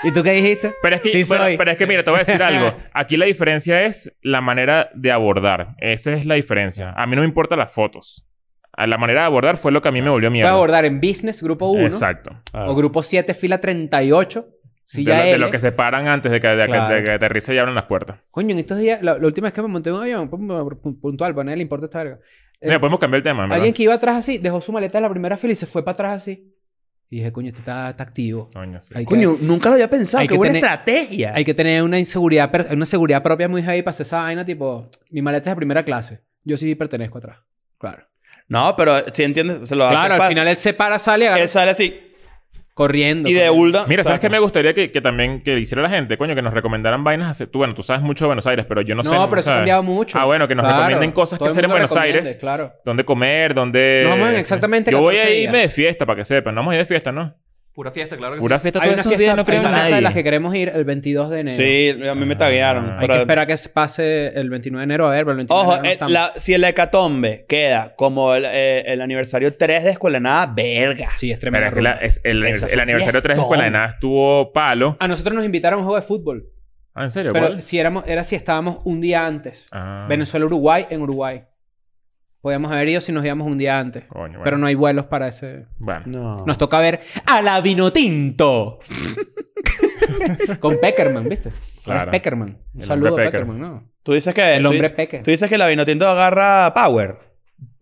D: ¿Y tú qué dijiste?
B: Pero es que,
D: Sí
B: pero-
D: soy.
B: pero es que mira, te voy a decir algo.
D: [LAUGHS]
B: Aquí la diferencia es la manera de abordar. Esa es la diferencia. A mí no me importan las fotos. A la manera de abordar fue lo que a mí me volvió
D: Voy a
B: mierda.
D: abordar Ah. en Business, grupo 1.
B: Exacto.
C: Claro.
D: O grupo 7, fila 38. Si
B: de,
D: ya ¿eh?
B: lo, de
D: L.
B: lo que se paran antes de que, de que-
D: Claro.
B: de que aterrice y abran las puertas.
D: Coño, en estos días, la, la última vez que me monté en un avión, pum, pum, puntual, para nadie le importa esta verga. Eh,
B: Mira, podemos cambiar el tema. en ¿verdad?
D: Alguien que iba atrás así, dejó su maleta en la primera fila y se fue para atrás así. Y dije, coño, este está, está activo.
B: Coño, sí.
D: Hay que-
C: Coño, nunca lo había pensado.
D: Hay
C: Qué
D: que
C: buena
D: tener-
C: estrategia.
D: Hay que tener una inseguridad, per- una seguridad propia muy heavy para hacer esa vaina, tipo, mi maleta es de primera clase. Yo sí pertenezco atrás. Claro.
C: No, pero si entiendes, se lo hace
D: Claro, al
C: pas-
D: final él se para, sale, agarra-
C: Él sale así.
D: Corriendo.
C: Y de
D: corriendo.
C: Ulda.
B: Mira, ¿sabes
C: saca.
B: qué me gustaría que, que también que hiciera la gente? Coño, que nos recomendaran vainas. hace- Tú, bueno, tú sabes mucho de Buenos Aires, pero yo no,
D: No,
B: sé.
D: pero eso ha
B: ¿sabes?
D: cambiado mucho.
B: Ah, bueno, que nos
D: Claro,
B: recomienden cosas
D: todo
B: que
D: el
B: hacer en
D: mundo
B: Buenos
D: recomienda,
B: Aires.
D: Claro.
B: Dónde comer, dónde...
D: Nos vamos en exactamente
B: Yo voy a
D: 14
B: irme de
D: días.
B: fiesta, para que sepan. No vamos a ir de fiesta, ¿no?
E: Pura fiesta, claro que
B: Pura
E: sí.
B: fiesta
D: Hay
B: todos
D: una
B: esos
D: fiesta,
B: días, no
D: hay
B: creo en
D: una fiesta de las
B: nadie.
D: que queremos ir el 22 de enero.
C: Sí, a mí me taguearon.
B: Ah.
D: Hay que
C: pero-
D: esperar que se pase el 29 de enero a ver, pero el 29
C: Ojo,
D: de enero no
C: eh,
D: estamos.
C: la- si el hecatombe queda como el, eh, el aniversario 3 de Escuela de Nada, verga.
D: Sí, es
B: Pero
D: tremendo.
B: es que la- es- el,
C: Esa
B: el
C: fue
B: aniversario 3 de
C: fiestón.
B: Escuela de Nada estuvo palo.
D: A nosotros nos invitaron a un juego de fútbol,
B: Ah, ¿en serio?
D: pero
B: ¿Cuál?
D: si éramos era si estábamos un día antes.
B: Ah,
D: Venezuela-Uruguay en Uruguay. Podíamos haber ido si nos íbamos un día antes,
B: Coño, bueno.
D: pero no hay vuelos para ese.
B: Bueno.
C: No.
D: Nos toca ver a la
B: [LAUGHS]
D: Vinotinto. Con Peckerman, ¿viste?
B: Claro.
D: Claro. Peckerman. Un
B: El
D: saludo a
B: hombre
D: Peckerman, ¿no?
C: Tú dices que.
D: El
C: tú-
D: hombre peque.
C: Tú dices que la Vinotinto agarra Power.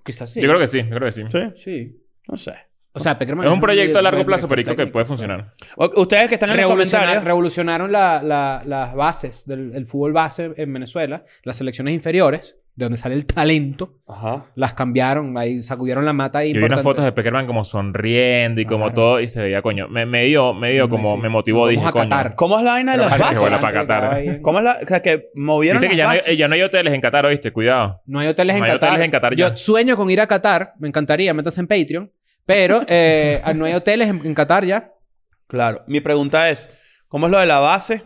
D: Quizás sí.
B: Yo creo que sí, yo creo que sí.
C: Sí.
D: Sí.
C: No sé.
D: O sea, Peckerman
B: Es un proyecto a largo
D: buen
B: plazo,
D: director
B: pero que
D: técnico.
B: puede funcionar.
C: O- Ustedes que están en los
D: Revolucionar-
C: comentarios.
D: revolucionaron la- la- las bases del el fútbol base en Venezuela, las selecciones inferiores, de donde sale el talento,
C: Ajá.
D: las cambiaron, ahí sacudieron la mata.
B: Yo vi unas fotos de Peckerman como sonriendo y como
D: Claro.
B: todo, y se veía, coño, me, me dio, me dio como,
D: Sí.
B: me motivó,
D: Vamos
B: dije,
D: a
B: coño.
D: Qatar.
C: ¿Cómo es la vaina de
B: Pero
C: las
B: para que
C: bases?
B: vuela para Qatar, ¿eh?
C: ¿Cómo es la.? O sea, que movieron
B: Viste que
C: las
B: ya no, hay,
C: bases.
B: eh, ya no hay hoteles en Qatar, oíste, cuidado.
D: No hay hoteles en
B: No hay
D: Qatar.
B: hoteles en Qatar ya.
D: Yo sueño con ir a Qatar. Me encantaría. Métanse en Patreon. Pero
B: [LAUGHS]
D: eh, no hay hoteles en, en Qatar ya.
C: Claro. Mi pregunta es: ¿cómo es lo de la base?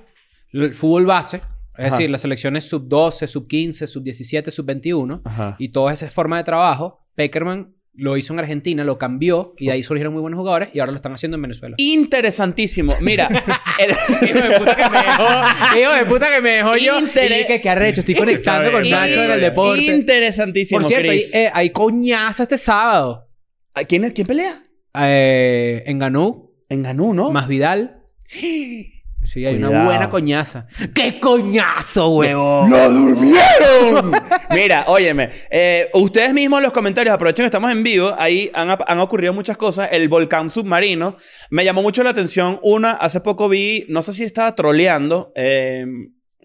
D: El fútbol base. Es
C: Ajá.
D: decir, las selecciones sub-12, sub-15, sub-17, sub-21.
C: Ajá.
D: Y toda esa forma de trabajo. Peckerman lo hizo en Argentina, lo cambió. Y de ahí surgieron muy buenos jugadores. Y ahora lo están haciendo en Venezuela.
C: Interesantísimo.
D: [LAUGHS]
C: Mira. el-
D: Hijo de puta que me dejó. Ah, Hijo de puta que me dejó yo.
C: Intere-
D: Y que, que arrecho. Estoy conectando con
B: Sabe,
D: Nacho en
B: sabe.
D: el deporte.
C: Interesantísimo.
D: Por cierto, hay,
C: Chris.
D: eh, hay coñaza este sábado.
C: ¿A ¿Quién, ¿Quién pelea?
D: Eh, en Ganú.
C: En Ganú, ¿no?
D: Más
C: [GASPS]
D: Vidal. Sí, hay una
C: Cuidado.
D: buena coñaza. ¡Qué coñazo, huevo!
C: ¡Lo durmieron! [LAUGHS] Mira, óyeme. eh, ustedes mismos en los comentarios, aprovechen que estamos en vivo. Ahí han, ap- han ocurrido muchas cosas. El volcán submarino. Me llamó mucho la atención una. Hace poco vi, no sé si estaba troleando. eh,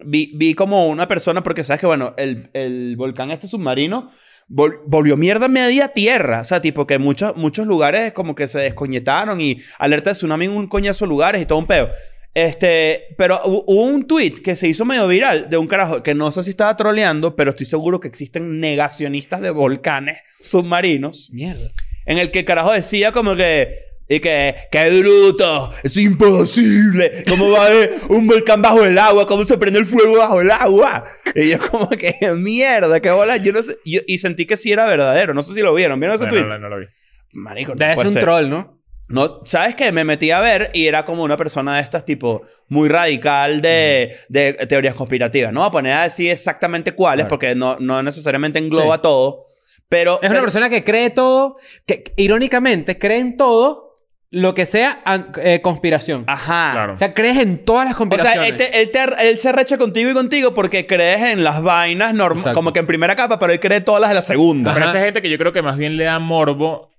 C: vi, vi como una persona, porque sabes que, bueno, el, el volcán este submarino vol- volvió mierda media tierra. O sea, tipo que muchos, muchos lugares como que se descoñetaron y alerta de tsunami en un coñazo de lugares y todo un peo. Este, pero hu- hubo un tweet que se hizo medio viral de un carajo que no sé si estaba troleando, pero estoy seguro que existen negacionistas de volcanes submarinos
D: Mierda.
C: en el que el carajo decía como que y que qué bruto, es imposible, cómo va a haber un volcán bajo el agua, cómo se prende el fuego bajo el agua. Y yo como que mierda, qué bola, yo no sé, yo- y sentí que sí era verdadero, no sé si lo vieron, ¿vieron ese
B: No,
C: tweet?
B: no, no lo vi.
C: Marico, no
D: Debe ser
C: puede
D: un
C: ser.
D: troll, ¿no?
C: No, ¿sabes qué? Me metí a ver y era como una persona de estas, tipo, muy radical de, de teorías conspirativas. No voy a poner a decir exactamente cuáles,
D: Claro.
C: porque no, no necesariamente engloba
D: Sí.
C: todo. Pero.
D: Es una
C: pero-
D: persona que cree todo, que que irónicamente cree en todo lo que sea an- eh, conspiración.
C: Ajá.
B: Claro.
D: O sea, crees en todas las
C: O sea, este-
D: conspiraciones.
C: él, te- él te- él se recha contigo y contigo porque crees en las vainas normal,
D: Exacto.
C: como que en primera capa, pero él cree todas las de la segunda.
B: Pero
D: Ajá.
B: esa gente que yo creo que más bien le da morbo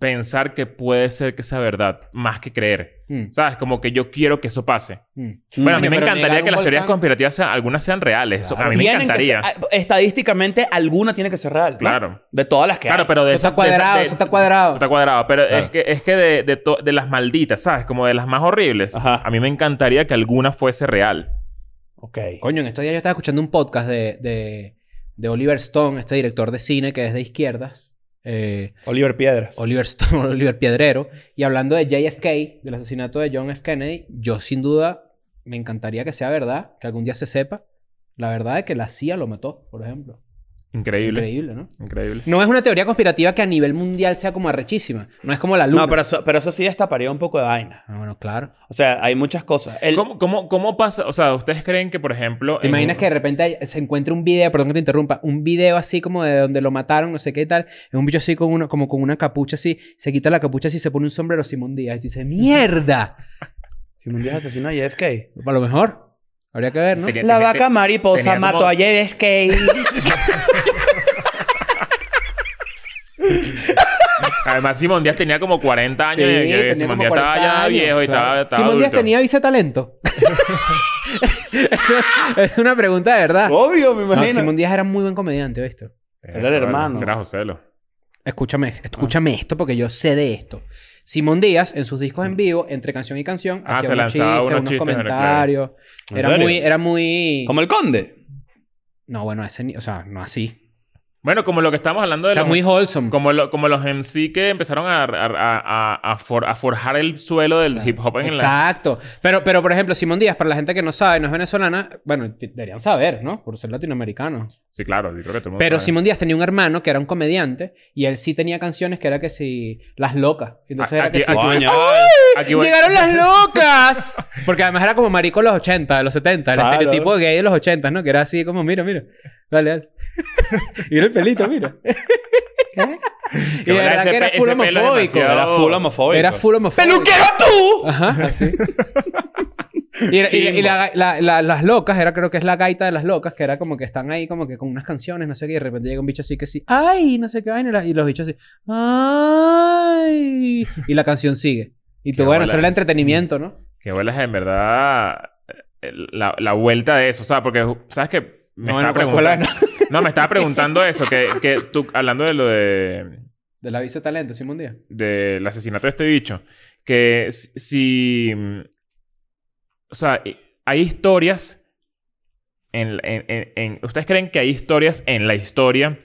B: pensar que puede ser que sea verdad, más que creer.
D: Mm,
B: ¿Sabes? Como que yo quiero que eso pase.
D: mm.
B: Bueno, a mí
D: Coño,
B: me
D: pero
B: encantaría
D: negar
B: que
D: un
B: las teorías
D: volcán-
B: conspirativas sean- algunas sean reales. Eso- a mí me
C: Tienen que
B: encantaría.
C: ser- a- estadísticamente, alguna tiene que ser real. ¿no?
B: Claro.
C: De todas las que
B: Claro,
C: hay.
B: pero de
D: Eso está
B: esas- de esas-
D: cuadrado,
B: de-
D: eso está cuadrado.
B: Está cuadrado, pero
C: Claro.
B: es que, es que de, de, to- de las malditas, ¿sabes? Como de las más horribles.
C: Ajá.
B: A mí me encantaría que alguna fuese real.
C: Ok.
D: Coño, en estos días yo estaba escuchando un podcast de, de, de Oliver Stone, este director de cine que es de izquierdas. Eh,
C: Oliver Piedras.
D: Oliver Stone, [LAUGHS] Oliver Piedrero. Y hablando de JFK, del asesinato de John F. Kennedy, yo sin duda me encantaría que sea verdad, que algún día se sepa la verdad de que la CIA lo mató, por ejemplo.
B: Increíble. Increíble.
D: Increíble, ¿no? No es una teoría conspirativa que a nivel mundial sea como arrechísima. No es como la luna.
C: No, pero eso, pero eso sí destaparía un poco de vaina.
D: Ah, bueno, claro.
C: O sea, hay muchas cosas. El-
B: ¿Cómo, cómo, ¿Cómo pasa? O sea, ¿ustedes creen que, por
C: Eh,
B: ejemplo...
D: ¿Te
B: en
D: imaginas
B: un-
D: que de repente hay- se encuentre un video, perdón que te interrumpa, un video así como de donde lo mataron, no sé qué y tal, es un bicho así con una, como con una capucha así, se quita la capucha así, se pone un sombrero Simón Díaz y dice, ¡mierda!
C: Si un día asesino a JFK.
D: A lo mejor. Habría que ver, ¿no?
B: Tenía-
C: La
B: tenía-
C: vaca mariposa
B: tenía como-
C: mató a JFK.
B: Además, Simón Díaz tenía como 40 años.
D: Sí,
B: y- y-
D: tenía
B: Simón
D: como
B: Díaz estaba
D: 40
B: ya
D: años,
B: viejo y
D: claro.
B: estaba, estaba
D: Simón Díaz
B: adulto.
D: tenía vice talento. es, es una pregunta de verdad.
C: [LAUGHS] Obvio, me
D: No,
C: imagino.
D: Simón Díaz era muy buen comediante, ¿viste?
B: Eso,
C: Era el hermano.
B: Será Joselo.
D: Escúchame, escúchame esto porque yo sé de esto. Simón Díaz, en sus discos en vivo, entre canción y canción,
B: Ah,
D: hacía
B: se
D: unos
B: lanzaba
D: chistes,
B: unos
D: unos,
B: chistes, claro.
D: comentarios.
F: ¿En
D: Era
F: serio?
D: muy, era muy...
C: Como el conde.
D: No, bueno, ese ni- O sea, no así.
B: Bueno, como lo que estamos hablando
D: O
B: de
D: sea,
B: los-
D: muy wholesome.
B: como, lo- como los MC que empezaron a, a- a- a- a for- a forjar el suelo del hip hop pues, en la...
D: Exacto. Pero, pero, por ejemplo, Simón Díaz, para la gente que no sabe, no es venezolana, bueno, t- deberían saber, ¿no? Por ser latinoamericano.
B: Sí, claro. Yo creo que todo el mundo
D: Pero
B: sabe.
D: Simón Díaz tenía un hermano que era un comediante y él sí tenía canciones que era que si Las Locas. Entonces
B: A-
D: era Ah, que
B: aquí-
D: si...
B: aquí-
C: Coño.
B: Aquí voy-
D: ¡Llegaron las
B: [LAUGHS]
D: locas! Porque además era como marico de los 80, de los 70. El
C: Claro.
D: estereotipo gay de los 80, ¿no? Que era así como, mira, mira. Dale, dale. [LAUGHS] mira el pelito, mira. y
B: Que
D: de
B: era
D: verdad
B: ese
D: que era
B: pe-
D: full
B: ese pelo
D: homofóbico.
B: demasiado-
C: Era full homofóbico.
D: Era full homofóbico.
C: ¡Peluquero
B: [LAUGHS]
C: tú!
D: Ajá, así. Y, era- y- y la- la- la- las locas, era creo que es la gaita de las locas, que era como que están ahí como que con unas canciones, no sé qué, y de repente llega un bicho así que sí, ay, no sé qué vaina, y la- y los bichos así, ay, y la canción sigue. Y
B: Qué
D: tú, bueno,
B: bola.
D: eso era el entretenimiento, ¿no?
B: Que vuelas en verdad eh, la, la vuelta de eso, ¿sabes? Porque, ¿sabes qué? Me
D: No, pues,
B: estaba
D: no, pero
B: preguntando. No, me estaba preguntando eso, que, que tú, hablando de lo de,
D: De la vista de talento, Simón Díaz.
B: del asesinato de este bicho, que si- si. mm, O sea, eh, hay historias. En, en- en- en- ¿Ustedes creen que hay historias en la historia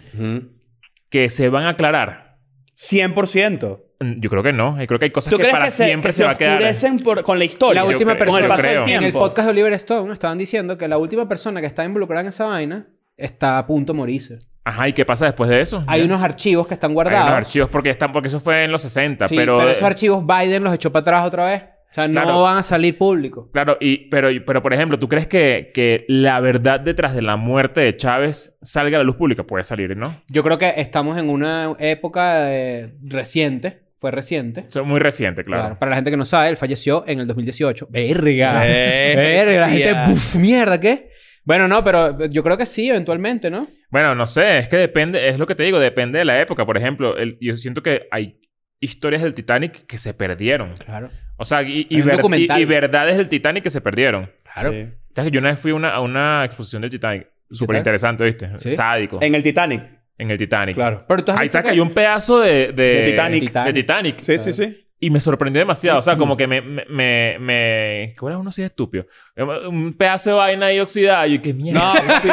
B: que se van a aclarar?
C: 100%.
B: Mm, Yo creo que no. Yo creo que hay cosas
C: ¿Tú
B: que
C: crees
B: para
C: que se,
B: siempre
C: que
B: se,
C: se
B: va a quedar.
C: oscurecen por- con la historia?
D: La
B: Yo
D: última
B: creo-
D: persona,
B: yo
C: con el paso del
B: creo.
D: en
C: tiempo.
D: el podcast de Oliver Stone, estaban diciendo que la última persona que está involucrada en esa vaina está a punto de morirse.
B: Ajá, ¿y qué pasa después de eso?
D: Hay
B: Ya.
D: unos archivos que están
B: Hay unos
D: guardados.
B: archivos porque están, porque eso fue en los 60,
D: Sí, pero,
B: pero.
C: eh,
D: esos archivos Biden los echó para atrás otra vez. O sea, no
B: Claro.
D: van a salir públicos.
B: Claro, y, pero, pero por ejemplo, ¿tú crees que, que la verdad detrás de la muerte de Chávez salga a la luz pública? Puede salir, ¿no?
D: Yo creo que estamos en una época de- reciente. Fue reciente.
B: Eso es muy reciente, claro.
D: Claro, Para la gente que no sabe, él falleció en el 2018. ¡Verga!
C: Eh,
D: [LAUGHS] ¡Verga! La gente...
C: ya.
D: ¡Buf! ¡Mierda! ¿Qué? Bueno, no, pero yo creo que sí, eventualmente, ¿no?
B: Bueno, no sé, es que depende, es lo que te digo, depende de la época. Por ejemplo, el- yo siento que hay historias del Titanic que se perdieron.
D: Claro.
B: O sea, y, y
D: Hay un
B: ver-
D: documental.
B: y- y verdades del Titanic que se perdieron.
D: Claro.
C: Sí.
B: ¿Sabes que yo una vez fui a una, a una exposición del Titanic? Súper interesante, ¿viste?
D: Sí.
B: Sádico. En,
C: En el Titanic.
B: el Titanic.
C: Claro.
D: Pero tú has
B: Ahí
D: visto
B: sabes que hay un pedazo de... De,
D: Eh,
C: De Titanic.
B: De Titanic.
C: Sí, sí, sí.
B: Y me sorprendió demasiado. O sea, como que me... me, me, me... ¿Qué era uno así de estúpido? Eh, Un pedazo de vaina ahí oxidada. Yo, qué mierda.
C: No,
B: Sí.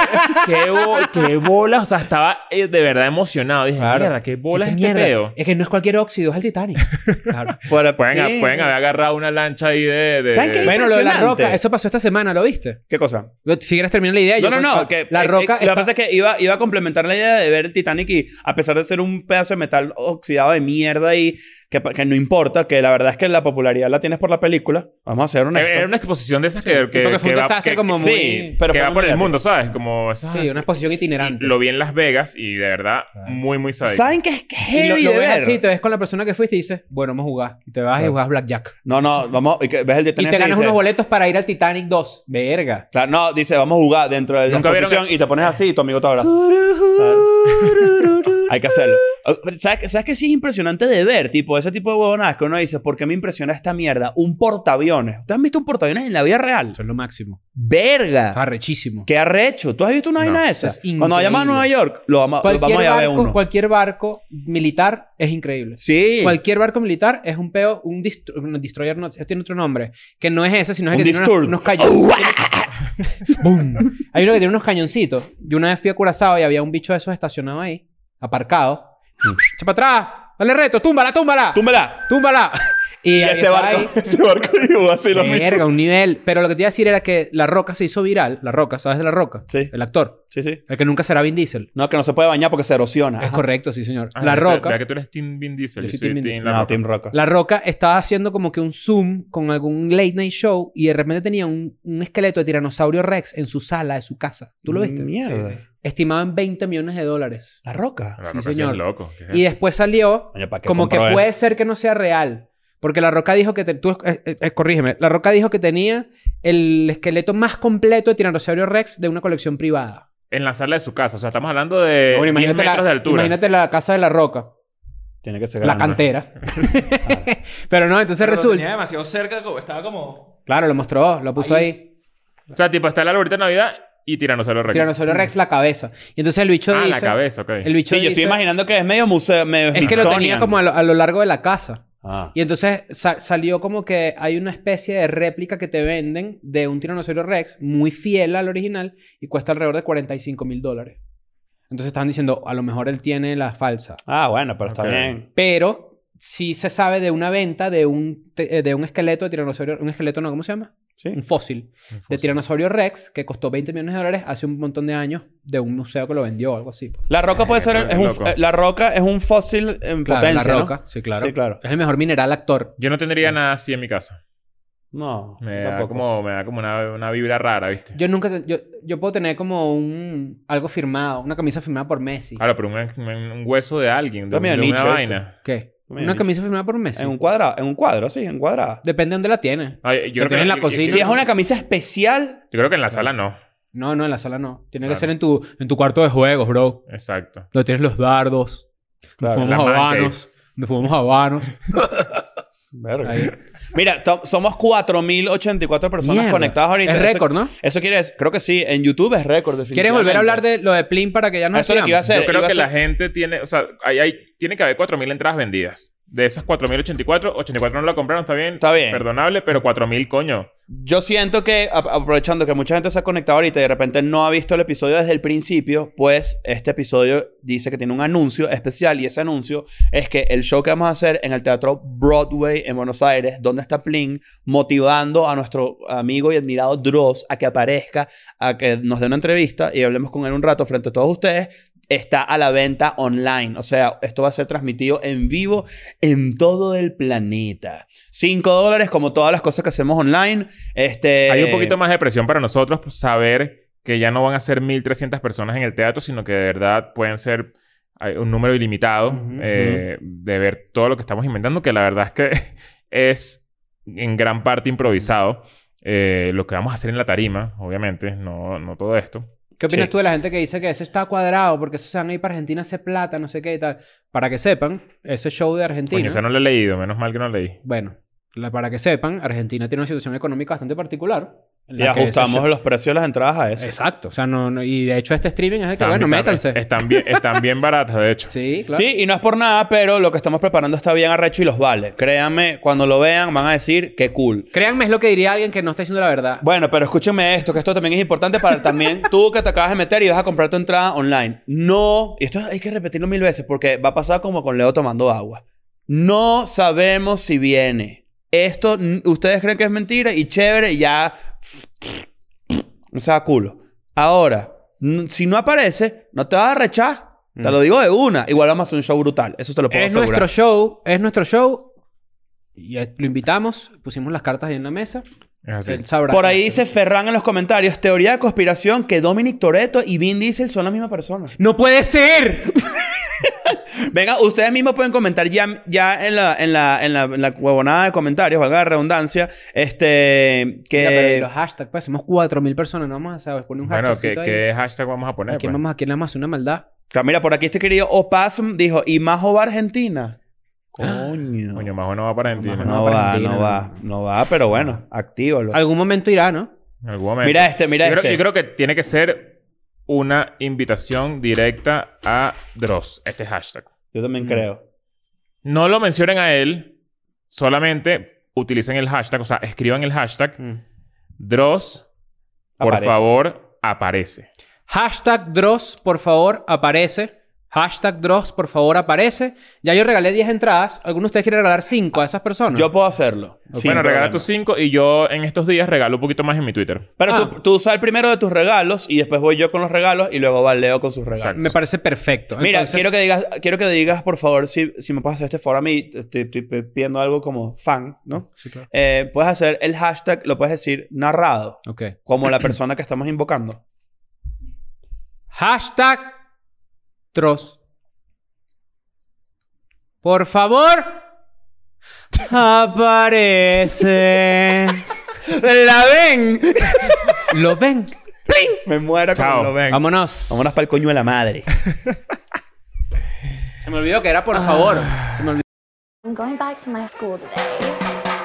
B: qué, bo- qué bola. O sea, estaba eh, de verdad emocionado. Dije,
D: Claro.
B: mierda, qué bola es
D: Este
B: este
D: mierda,
B: pedo.
D: Es que no es cualquier óxido, es el
C: [LAUGHS]
D: Titanic. Claro.
C: Fuera-
B: Pueden,
C: sí.
B: a- pueden haber agarrado una lancha ahí de... de-
C: ¿Saben qué?
B: de-
D: bueno, lo de la
C: Impresionante.
D: roca, eso pasó esta semana, ¿lo viste?
C: ¿Qué cosa?
D: Si quieres terminar la idea,
C: No,
D: yo pues, ah,
C: no, no. que-
D: la
C: eh,
D: roca
C: eh, Lo que pasa es que iba, iba a complementar la idea de ver el Titanic y a pesar de ser un pedazo de metal oxidado de mierda y que, que no importa, que la verdad es que la popularidad la tienes por la película. Vamos a ser
B: eh,
C: honestos.
D: Eh,
B: Era una exposición de esas que... que
D: porque fue
B: que
D: un
B: va-
D: desastre
B: que-
D: como muy...
C: Sí, pero
B: que
C: fue
B: va
C: muy
B: por el
C: mediático.
B: mundo, ¿sabes? Como esas...
D: Sí, una exposición itinerante.
B: Lo vi en Las Vegas y de verdad, muy, muy sádico.
C: ¿Saben qué es
D: Y lo,
C: heavy
D: lo
C: de
D: ves
C: ver?
D: así, te ves con la persona que fuiste y dices, bueno, vamos a jugar. Y te vas y juegas Blackjack.
C: No, no, vamos. Y que ves el
D: Y
C: Titanic
D: te
C: así
D: ganas
C: dice-
D: unos boletos para ir al Titanic 2. Verga.
C: Claro, no, dice, vamos a jugar dentro de la
B: Nunca vieron
C: exposición y te pones así y tu amigo te abraza. Hay que hacerlo. O- pero ¿Sabes, qué- ¿Sabes qué sí es impresionante de ver? Tipo, ese tipo de huevonadas que uno dice, ¿por qué me impresiona esta mierda? Un portaaviones. ¿Ustedes han visto un portaaviones en la vida real?
D: Eso es lo máximo.
C: ¡Verga!
D: Está rechísimo.
C: ¿Qué arrecho? ¿Tú has visto una
B: No.
C: vaina de esa?
D: Eso es
C: Cuando vayamos a Nueva York, lo vamos, lo
D: Cualquier
C: vamos a ir a ver
D: barco,
C: uno.
D: cualquier barco militar es increíble.
C: Sí.
D: Cualquier barco militar es un peo, un dist- no, destroyer, no, eso tiene otro nombre. Que no es ese, sino es el
C: Un
D: que tiene unos,
C: disturb. Oh,
D: unos cañoncitos. [LAUGHS] Boom. Hay uno que tiene unos cañoncitos. Yo una vez fui a Curazao y había un bicho de esos estacionado ahí, aparcado.
C: Mm.
D: ¡Echa para atrás! ¡Dale reto! ¡Túmbala, túmbala!
C: ¡Túmbala!
D: ¡Túmbala! Y,
C: [LAUGHS] Y
D: ahí
C: ese
D: estaba
C: [LAUGHS] barco,
D: ahí.
C: ese barco llegó así lo mismo.
D: Verga, un nivel. Pero lo que te iba a decir era que La Roca se hizo viral. La Roca, ¿sabes de La Roca?
C: Sí.
D: El actor.
C: Sí, sí.
D: El que nunca será Vin Diesel.
C: No, que no se puede bañar porque se erosiona.
D: Es
C: Ajá.
D: correcto, sí, señor.
B: Ah,
D: la
B: mira, tú-
D: Roca.
B: mira que tú eres Team Vin Diesel.
D: Yo
B: Yo
D: soy
B: soy
D: Team Vin Diesel.
B: La
C: No,
B: Roca.
C: Team Roca.
D: La Roca estaba haciendo como que un Zoom con algún late night show y de repente tenía un, un esqueleto de tiranosaurio Rex en su sala de su casa. ¿Tú lo viste?
C: Mierda.
D: Estimado en 20 millones de dólares.
C: La roca.
B: La
D: Sí,
B: Roca es
D: señor.
B: loco. ¿Qué es
D: Y después salió
C: Coño, ¿para qué
D: como que
C: compró
D: puede
C: eso?
D: ser que no sea real. Porque La Roca dijo que... te- tú, eh, eh, eh, corrígeme. La Roca dijo que tenía el esqueleto más completo de tiranosaurio Rex de una colección privada.
B: En la sala de su casa. O sea, estamos hablando de
D: Bueno,
B: 10 Eh, metros
D: la,
B: de altura.
D: imagínate la casa de La Roca.
C: Tiene que ser
D: La
C: grande.
D: cantera. [LAUGHS] Pero no, entonces
E: Pero lo
D: resulta...
E: tenía demasiado cerca, como- estaba como...
D: Claro, lo mostró. Lo puso
E: Ahí.
D: ahí.
B: O sea, tipo, está el arbolito de Navidad y Tiranosaurio Rex.
D: Tiranosaurio Rex la cabeza. Y entonces el bicho
B: ah,
D: dice...
B: la cabeza, ok.
D: El bicho
C: Sí, yo
D: dice-
C: estoy imaginando que es medio museo, medio
D: Es que lo tenía
C: Smithsonian.
D: como a lo, a lo largo de la casa.
C: Ah.
D: Y entonces sa- salió como que hay una especie de réplica que te venden de un tiranosaurio Rex muy fiel al original y cuesta alrededor de 45 mil dólares. Entonces están diciendo, a lo mejor él tiene la falsa.
C: Ah, bueno, pero está
B: Ok.
C: bien.
D: Pero sí se sabe de una venta de un, te- eh, de un esqueleto de tiranosaurio... Un esqueleto no, ¿cómo se llama?
C: Sí.
D: Un fósil. De tiranosaurio Rex que costó 20 millones de dólares hace un montón de años de un museo que lo vendió o algo así. pues.
C: La roca puede ser.
B: Loco.
C: Es un, eh, la roca es un fósil en
D: Claro,
C: potencia.
D: la
C: ¿no?
D: roca. Sí, claro.
C: Sí, claro.
D: Es el mejor mineral actor.
B: Yo no tendría nada así en mi casa.
C: No,
B: Me da
C: tampoco.
B: como, me da como una, una vibra rara, ¿viste?
D: Yo nunca... te- Yo, yo puedo tener como un... Algo firmado. Una camisa firmada por Messi.
B: Claro, pero un, un- un hueso de alguien, de,
C: Está medio
B: de una
C: nicho, ¿viste?
B: vaina.
D: ¿Qué?
C: Medio
D: Una
C: nicho.
D: camisa firmada por Messi.
C: En un cuadrado, en un cuadro, sí, en cuadrada.
D: Depende de dónde la tiene.
B: Ay,
D: Se tiene en la
B: yo-
D: cocina. Ah.
B: Yo,
C: Si es una camisa especial,
B: yo creo que en la sala no.
D: No, no, en la sala no. Tiene
B: Claro.
D: que ser en tu, en tu cuarto de juegos, bro.
B: Exacto.
D: Donde tienes los dardos.
C: Claro,
D: donde
B: la
D: fumamos
B: man
D: habanos. Donde fumamos habanos.
C: Verga.
D: Ahí.
C: Mira, to- somos 4.084 [LAUGHS] personas
D: Mierda.
C: conectadas ahorita.
D: Es
C: Eso-
D: récord, ¿no?
C: Eso quiere decir, creo que sí, en YouTube es récord.
D: ¿Quieres
C: definitivamente.
D: volver a hablar de lo de Plin para que ya no
C: Eso es lo que iba a hacer.
B: Yo creo
C: iba
B: que
C: a
B: la
C: ser-
B: gente tiene, o sea, hay, hay- tiene que haber 4.000 entradas vendidas. De esas 4.084, 84 no la compraron, está bien.
C: Está bien.
B: Perdonable, pero 4.000, coño.
C: Yo siento que, a- aprovechando que mucha gente se ha conectado ahorita y de repente no ha visto el episodio desde el principio, pues este episodio dice que tiene un anuncio especial y ese anuncio es que el show que vamos a hacer en el Teatro Broadway en Buenos Aires, donde está Plin, motivando a nuestro amigo y admirado Dross a que aparezca, a que nos dé una entrevista y hablemos con él un rato frente a todos ustedes, está a la venta online. O sea, esto va a ser transmitido en vivo en todo el planeta. 5 dólares, como todas las cosas que hacemos online. Este,
D: Eh,
B: Hay un poquito más de presión para nosotros pues, saber que ya no van a ser 1.300 personas en el teatro, sino que de verdad pueden ser hay un número ilimitado
D: Ujú,
B: eh, de ver todo lo que estamos inventando, que la verdad es que [LAUGHS] es en gran parte improvisado. Eh, lo que vamos a hacer en la tarima, obviamente, no, no todo esto.
D: ¿Qué opinas
C: Sí.
D: tú de la gente que dice que eso está cuadrado porque eso se van a ir para Argentina a hacer plata, no sé qué y tal? Para que sepan, ese show de Argentina...
B: Coño, esa no la he leído, menos mal que no la leí.
D: Bueno, la- para que sepan, Argentina tiene una situación económica bastante particular. en
C: Y
D: la que
C: ajustamos
D: ese
C: los precios de las entradas a
D: show-
C: eso.
D: Exacto. O sea, no, no- Y de hecho este streaming es el que, bueno,
B: Están-
D: métanse.
B: están- Están bien, están bien baratas, de hecho.
D: Sí, claro.
C: Sí, y no es por nada, pero lo que estamos preparando está bien arrecho y los vale. Créanme, cuando lo vean van a decir que cool.
D: Créanme, es lo que diría alguien que no está diciendo la verdad.
C: Bueno, pero escúchenme esto, que esto también es importante
D: [LAUGHS]
C: para también tú que te acabas de meter y vas a comprar tu entrada online. No, y esto hay que repetirlo mil veces porque va a pasar como con Leo tomando agua. No sabemos si viene. Esto n- ustedes creen que es mentira y chévere, y ya. O sea, culo. Ahora, n- si no aparece, no te vas a rechar. Te
D: Mm.
C: lo digo de una. Igual vamos a hacer un show brutal. Eso te lo puedo
D: es
C: asegurar.
D: nuestro show, es nuestro show. Y eh, lo invitamos, pusimos las cartas ahí en la mesa.
B: Es así.
D: Él sabrá.
C: Por
D: qué
C: ahí
D: hacer.
C: dice Ferran en los comentarios, teoría de conspiración que Dominic Toretto y Vin Diesel son la misma persona.
D: ¡No puede ser!
C: Venga, ustedes mismos pueden comentar ya, ya en, la, en, la, en, la, en la huevonada de comentarios, valga la redundancia, este,
D: Mira, pero y
C: que...
D: los hashtags, pues somos 4.000 personas, no vamos a saber. Pone un
B: Bueno,
D: hashtag.
B: ¿qué, qué hashtag vamos a poner?
D: ¿A quién
B: pues?
D: vamos a quién le vamos a hacer una maldad?
C: Ah, Mira, por aquí este querido Opasm dijo, ¿y Majo va
D: [GASPS]
C: a Argentina? Coño.
B: Coño, más bueno va para Argentina.
D: Majo
C: no
D: para
C: va,
D: Argentina,
C: no va, no va, pero bueno, actívalo.
D: Algún momento irá, ¿no?
B: En algún momento.
C: Mira este, mira
B: yo,
C: este.
B: creo, yo creo que tiene que ser una invitación directa a Dross, este hashtag.
C: Yo también
B: Mm.
C: creo.
B: No lo mencionen a él, solamente utilicen el hashtag, o sea, escriban el hashtag Dross, por
C: Aparece.
B: favor, aparece.
D: Hashtag Dross, por favor, aparece. Hashtag Dross, por favor, aparece. Ya yo regalé 10 entradas. ¿Alguno de ustedes quiere regalar 5 a esas personas?
C: Yo puedo hacerlo. sin
B: Mm. bueno, regala
C: problema.
B: tus cinco y yo en estos días regalo un poquito más en mi Twitter.
C: Pero
D: Ah.
C: tú, tú usa el primero de tus regalos y después voy yo con los regalos y luego va Leo con sus regalos.
B: Exacto.
D: Me parece perfecto.
C: Mira,
D: Entonces-
C: quiero que digas, quiero que digas, por favor, si, si me puedes hacer este favor a mí, te te estoy pidiendo algo como fan, ¿no?
D: Sí, claro.
C: Eh, puedes hacer el hashtag, lo puedes decir narrado,
D: Ok.
C: como la persona que estamos invocando.
D: Hashtag Dross. Por favor, aparece.
C: [LAUGHS] ¡La ven!
D: ¿Lo ven?
C: me muero
B: Chao.
C: cuando lo ven.
D: Vámonos.
C: Vámonos para el coño de la madre. Ah.
D: Se me olvidó que era por favor. Se me olvidó.
A: I'm going back to my school today.